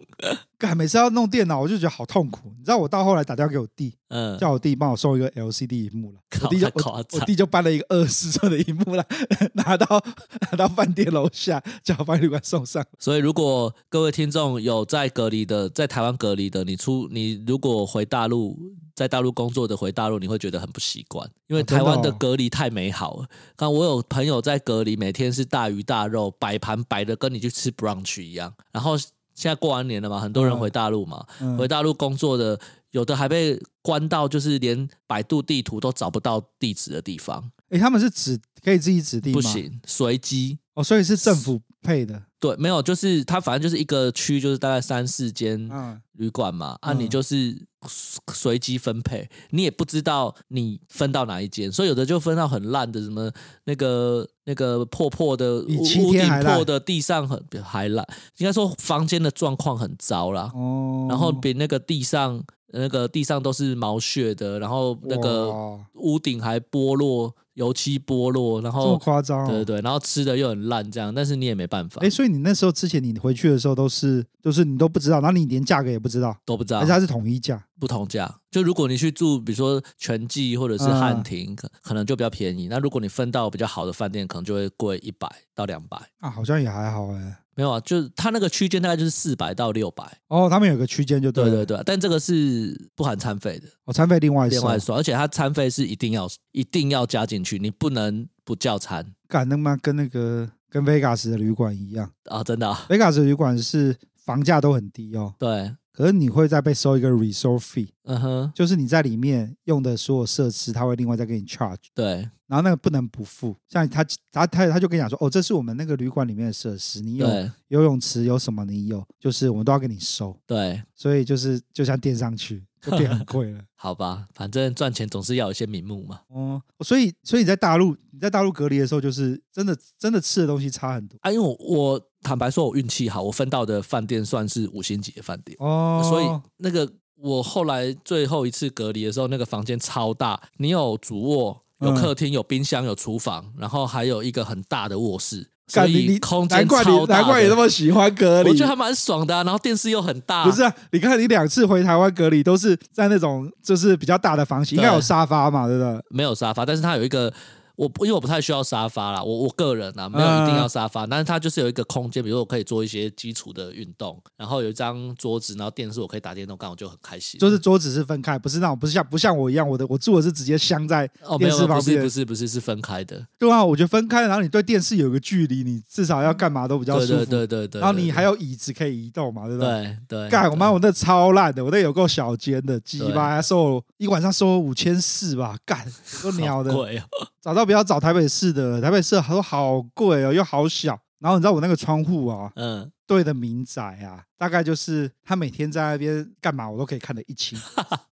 [SPEAKER 1] 干每次要弄电脑，我就觉得好痛苦。你知道我到后来打电话给我弟，
[SPEAKER 2] 嗯，
[SPEAKER 1] 叫我弟帮我送一个 LCD 荧幕了，
[SPEAKER 2] 靠
[SPEAKER 1] 我弟就
[SPEAKER 2] 太
[SPEAKER 1] 我
[SPEAKER 2] 夸
[SPEAKER 1] 我
[SPEAKER 2] 张
[SPEAKER 1] 弟就搬了一个二十寸的荧幕来， 拿到拿到饭店楼下，叫我把旅馆送上。
[SPEAKER 2] 所以如果各位听众有在隔离的，在台湾隔离的，你出你如果回大陆，在大陆工作的回大陆，你会觉得很不习惯，因为
[SPEAKER 1] 哦真
[SPEAKER 2] 台
[SPEAKER 1] 的
[SPEAKER 2] 湾的
[SPEAKER 1] 哦
[SPEAKER 2] 隔离太美好了。刚我有朋友在隔离，每天是大鱼大肉，摆盘摆的跟你去吃 brunch 一样。然后现在过完年了嘛，很多人
[SPEAKER 1] 嗯
[SPEAKER 2] 回大陆嘛，
[SPEAKER 1] 嗯
[SPEAKER 2] 回大陆工作的，有的还被关到就是连百度地图都找不到地址的地方，
[SPEAKER 1] 哎、他们是指可以自己指定吗？
[SPEAKER 2] 不行，随机。
[SPEAKER 1] 哦，所以是政府配的。
[SPEAKER 2] 对，没有，就是他反正就是一个区，就是大概三四间
[SPEAKER 1] 嗯，
[SPEAKER 2] 旅馆嘛，啊，
[SPEAKER 1] 嗯
[SPEAKER 2] 你就是随随机分配，你也不知道你分到哪一间，所以有的就分到很烂的，什么那个那个破破的
[SPEAKER 1] 比
[SPEAKER 2] 屋
[SPEAKER 1] 七
[SPEAKER 2] 屋
[SPEAKER 1] 天
[SPEAKER 2] 顶
[SPEAKER 1] 还烂
[SPEAKER 2] 破的，地上很还烂，应该说房间的状况很糟啦，
[SPEAKER 1] 哦，
[SPEAKER 2] 然后比那个地上那个地上都是毛屑的，然后那个
[SPEAKER 1] 哇
[SPEAKER 2] 屋顶还剥落，油漆剥落，然
[SPEAKER 1] 这么
[SPEAKER 2] 后。
[SPEAKER 1] 夸张、哦，
[SPEAKER 2] 对对对，然后吃的又很烂，这样，但是你也没办法，
[SPEAKER 1] 哎，所以你那时候之前你回去的时候都是都是你都不知道，然后你连价格也不知道，
[SPEAKER 2] 都不知道
[SPEAKER 1] 而且。它是统一价。
[SPEAKER 2] 不同价。就如果你去住，比如说全季或者是
[SPEAKER 1] 嗯
[SPEAKER 2] 汉庭，可、可能就比较便宜。那如果你分到比较好的饭店，可能就会贵一百到两百。
[SPEAKER 1] 啊，好像也还好哎、
[SPEAKER 2] 没有啊，就是它那个区间大概就是四百到六百。
[SPEAKER 1] 哦，他们有个区间就
[SPEAKER 2] 对
[SPEAKER 1] 了
[SPEAKER 2] 对，对，但这个是不含餐费的，
[SPEAKER 1] 哦，餐费另外
[SPEAKER 2] 另外
[SPEAKER 1] 收。
[SPEAKER 2] 算，而且它餐费是一定要一定要加进去，你不能不叫餐
[SPEAKER 1] 干他妈跟那个跟 Vegas 的旅馆一样
[SPEAKER 2] 啊！真的、啊，
[SPEAKER 1] ，Vegas 的旅馆是房价都很低哦，
[SPEAKER 2] 对，
[SPEAKER 1] 可是你会再被收一个 resort fee，
[SPEAKER 2] 嗯哼，
[SPEAKER 1] 就是你在里面用的所有设施，他会另外再给你 charge。
[SPEAKER 2] 对
[SPEAKER 1] 然后那个不能不付，像他他他他就跟你讲说，哦，这是我们那个旅馆里面的设施，你有
[SPEAKER 2] 对
[SPEAKER 1] 游泳池有什么你有，就是我们都要给你收，
[SPEAKER 2] 对，
[SPEAKER 1] 所以就是就像垫上去就变很贵 了。
[SPEAKER 2] 好吧，反正赚钱总是要有一些名目嘛。
[SPEAKER 1] 哦，所以所以你在大陆你在大陆隔离的时候，就是真的真的吃的东西差很多
[SPEAKER 2] 啊，因为我我坦白说，我运气好，我分到的饭店算是五星级的饭店。
[SPEAKER 1] 哦，
[SPEAKER 2] 所以那个我后来最后一次隔离的时候，那个房间超大，你有主卧、有
[SPEAKER 1] 嗯
[SPEAKER 2] 客厅、有冰箱、有厨房，然后还有一个很大的卧室，所
[SPEAKER 1] 干你
[SPEAKER 2] 以
[SPEAKER 1] 你
[SPEAKER 2] 空
[SPEAKER 1] 难
[SPEAKER 2] 间
[SPEAKER 1] 怪你
[SPEAKER 2] 超大
[SPEAKER 1] 难怪你那
[SPEAKER 2] 的。
[SPEAKER 1] 么喜欢隔离
[SPEAKER 2] 我觉，得还蛮爽的啊、然后电视又很大，
[SPEAKER 1] 不是、啊？你看你两次回台湾隔离都是在那种就是比较大的房型，应该
[SPEAKER 2] 对
[SPEAKER 1] 有沙发嘛，对不对？
[SPEAKER 2] 没有沙发，但是它有一个。我不因为我不太需要沙发啦，我我个人啊没有
[SPEAKER 1] 嗯
[SPEAKER 2] 一定要沙发，但是它就是有一个空间，比如说我可以做一些基础的运动，然后有一张桌子，然后电视我可以打电动，干我就很开心。
[SPEAKER 1] 就是桌子是分开，不是那种不是像不像我一样，我的我住的是直接镶在
[SPEAKER 2] 哦，没
[SPEAKER 1] 电
[SPEAKER 2] 有，
[SPEAKER 1] 视
[SPEAKER 2] 没有
[SPEAKER 1] 旁
[SPEAKER 2] 不是
[SPEAKER 1] 边，
[SPEAKER 2] 不是不是是分开的，
[SPEAKER 1] 对啊，我觉得分开，然后你对电视有个距离，你至少要干嘛都比较
[SPEAKER 2] 对
[SPEAKER 1] 舒服。
[SPEAKER 2] 对对对对。
[SPEAKER 1] 然后你
[SPEAKER 2] 对
[SPEAKER 1] 还有椅子可以移动嘛，对不对？
[SPEAKER 2] 对对，
[SPEAKER 1] 干，我
[SPEAKER 2] 对
[SPEAKER 1] 妈我那超烂的，我那有够小间的，鸡
[SPEAKER 2] 对
[SPEAKER 1] 巴收一晚上收五千四吧，干，都鸟的
[SPEAKER 2] 好，贵哦，
[SPEAKER 1] 找到不要找台北市的了，台北市都好贵哦，又好小。然后你知道我那个窗户啊，
[SPEAKER 2] 嗯，
[SPEAKER 1] 对的民宅啊，大概就是他每天在那边干嘛，我都可以看得一 清，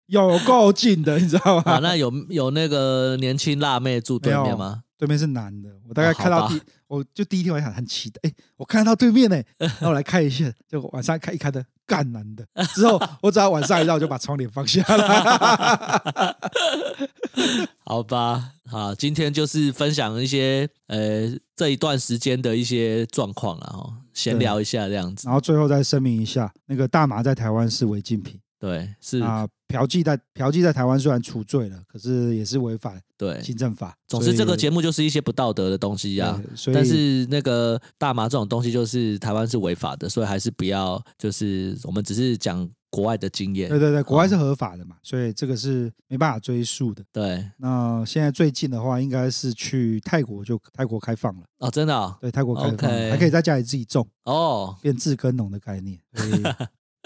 [SPEAKER 1] 有够近的，你知道
[SPEAKER 2] 啊，
[SPEAKER 1] 吗？
[SPEAKER 2] 那有有那个年轻辣妹住对面吗？
[SPEAKER 1] 对面是男的，我大概
[SPEAKER 2] 哦
[SPEAKER 1] 看到
[SPEAKER 2] 好吧
[SPEAKER 1] 第，我就第一天晚上很期待，哎，我看得到对面 呢、然后我来看一下，就晚上看一看的，干男的，之后我只要晚上一到我就把窗帘放下了，
[SPEAKER 2] 好吧，好，今天就是分享一些呃这一段时间的一些状况啊，哦，闲聊一下这样子
[SPEAKER 1] 然，后最后再声明一下，那个大麻在台湾是违禁品。
[SPEAKER 2] 对，是，
[SPEAKER 1] 啊，嫖妓在嫖妓在台湾虽然除罪了，可是也是违反
[SPEAKER 2] 对。
[SPEAKER 1] 行政法。
[SPEAKER 2] 总之，这个节
[SPEAKER 1] 目
[SPEAKER 2] 目就是一些不道德的东西呀、啊。
[SPEAKER 1] 所以
[SPEAKER 2] 但是那个大麻这种东西，就是台湾是违法的，所以还是不要。就是我们只是讲国外的经验
[SPEAKER 1] 对，对对，国
[SPEAKER 2] 嗯
[SPEAKER 1] 外是合法的嘛，所以这个是没办法追溯的。
[SPEAKER 2] 对
[SPEAKER 1] 那现在最近的话，应该是去泰国就泰国开放了，
[SPEAKER 2] 哦，真的哦，
[SPEAKER 1] 对，泰国开放
[SPEAKER 2] OK
[SPEAKER 1] 了还可以在家里自己种，
[SPEAKER 2] 哦
[SPEAKER 1] 变自耕农的概念。所以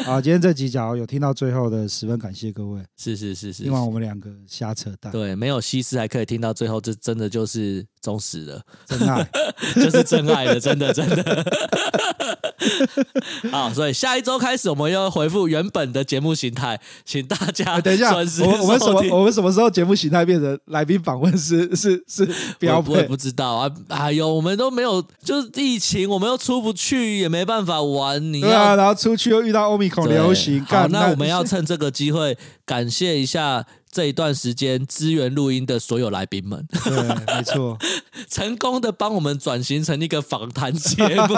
[SPEAKER 1] 啊，今天这集假如有听到最后的，十分感谢各位。
[SPEAKER 2] 是是是是，
[SPEAKER 1] 今晚我们两个瞎扯淡，
[SPEAKER 2] 对，没有西施还可以听到最后，这真的就是忠实的，
[SPEAKER 1] 真爱。
[SPEAKER 2] 就是真爱的，真的真的。 好，所以下一周开始，我们要恢复原本的节目形态，请大家
[SPEAKER 1] 哎等一下，我
[SPEAKER 2] 准时
[SPEAKER 1] 们我们什
[SPEAKER 2] 收听
[SPEAKER 1] 么我们什么时候节目形态变成来宾访问是是是标
[SPEAKER 2] 我我也
[SPEAKER 1] 配
[SPEAKER 2] 不？知道啊！哎呦，我们都没有，就是疫情，我们又出不去，也没办法玩。你
[SPEAKER 1] 对
[SPEAKER 2] 要
[SPEAKER 1] 啊，然后出去又遇到欧米孔
[SPEAKER 2] 对
[SPEAKER 1] 流行，
[SPEAKER 2] 好，
[SPEAKER 1] 干
[SPEAKER 2] 那我们要趁这个机会感谢一下这一段时间支援录音的所有来宾们，
[SPEAKER 1] 对，没错，
[SPEAKER 2] 成功的帮我们转型成一个访谈节目。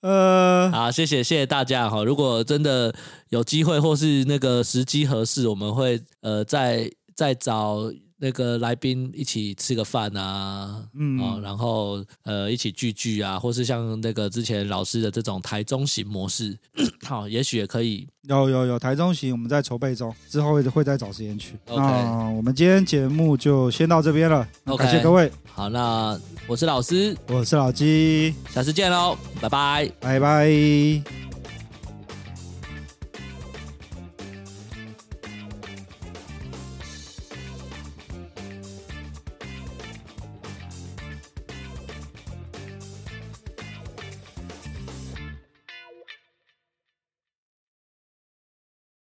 [SPEAKER 1] 呃，
[SPEAKER 2] 好，谢谢谢谢大家哈！如果真的有机会或是那个时机合适，我们会呃再再找那个来宾一起吃个饭啊，嗯、
[SPEAKER 1] 嗯
[SPEAKER 2] 哦，然后呃一起聚聚啊，或是像那个之前老师的这种台中型模式， 好，也许也可以。
[SPEAKER 1] 有有有，台中行我们在筹备中，之后会会再找时间去。
[SPEAKER 2] OK
[SPEAKER 1] 那我们今天节目就先到这边了，那
[SPEAKER 2] OK
[SPEAKER 1] 感谢各位，
[SPEAKER 2] 好，那我是老师，
[SPEAKER 1] 我是老鸡，
[SPEAKER 2] 下次见喽，拜拜。
[SPEAKER 1] 拜拜。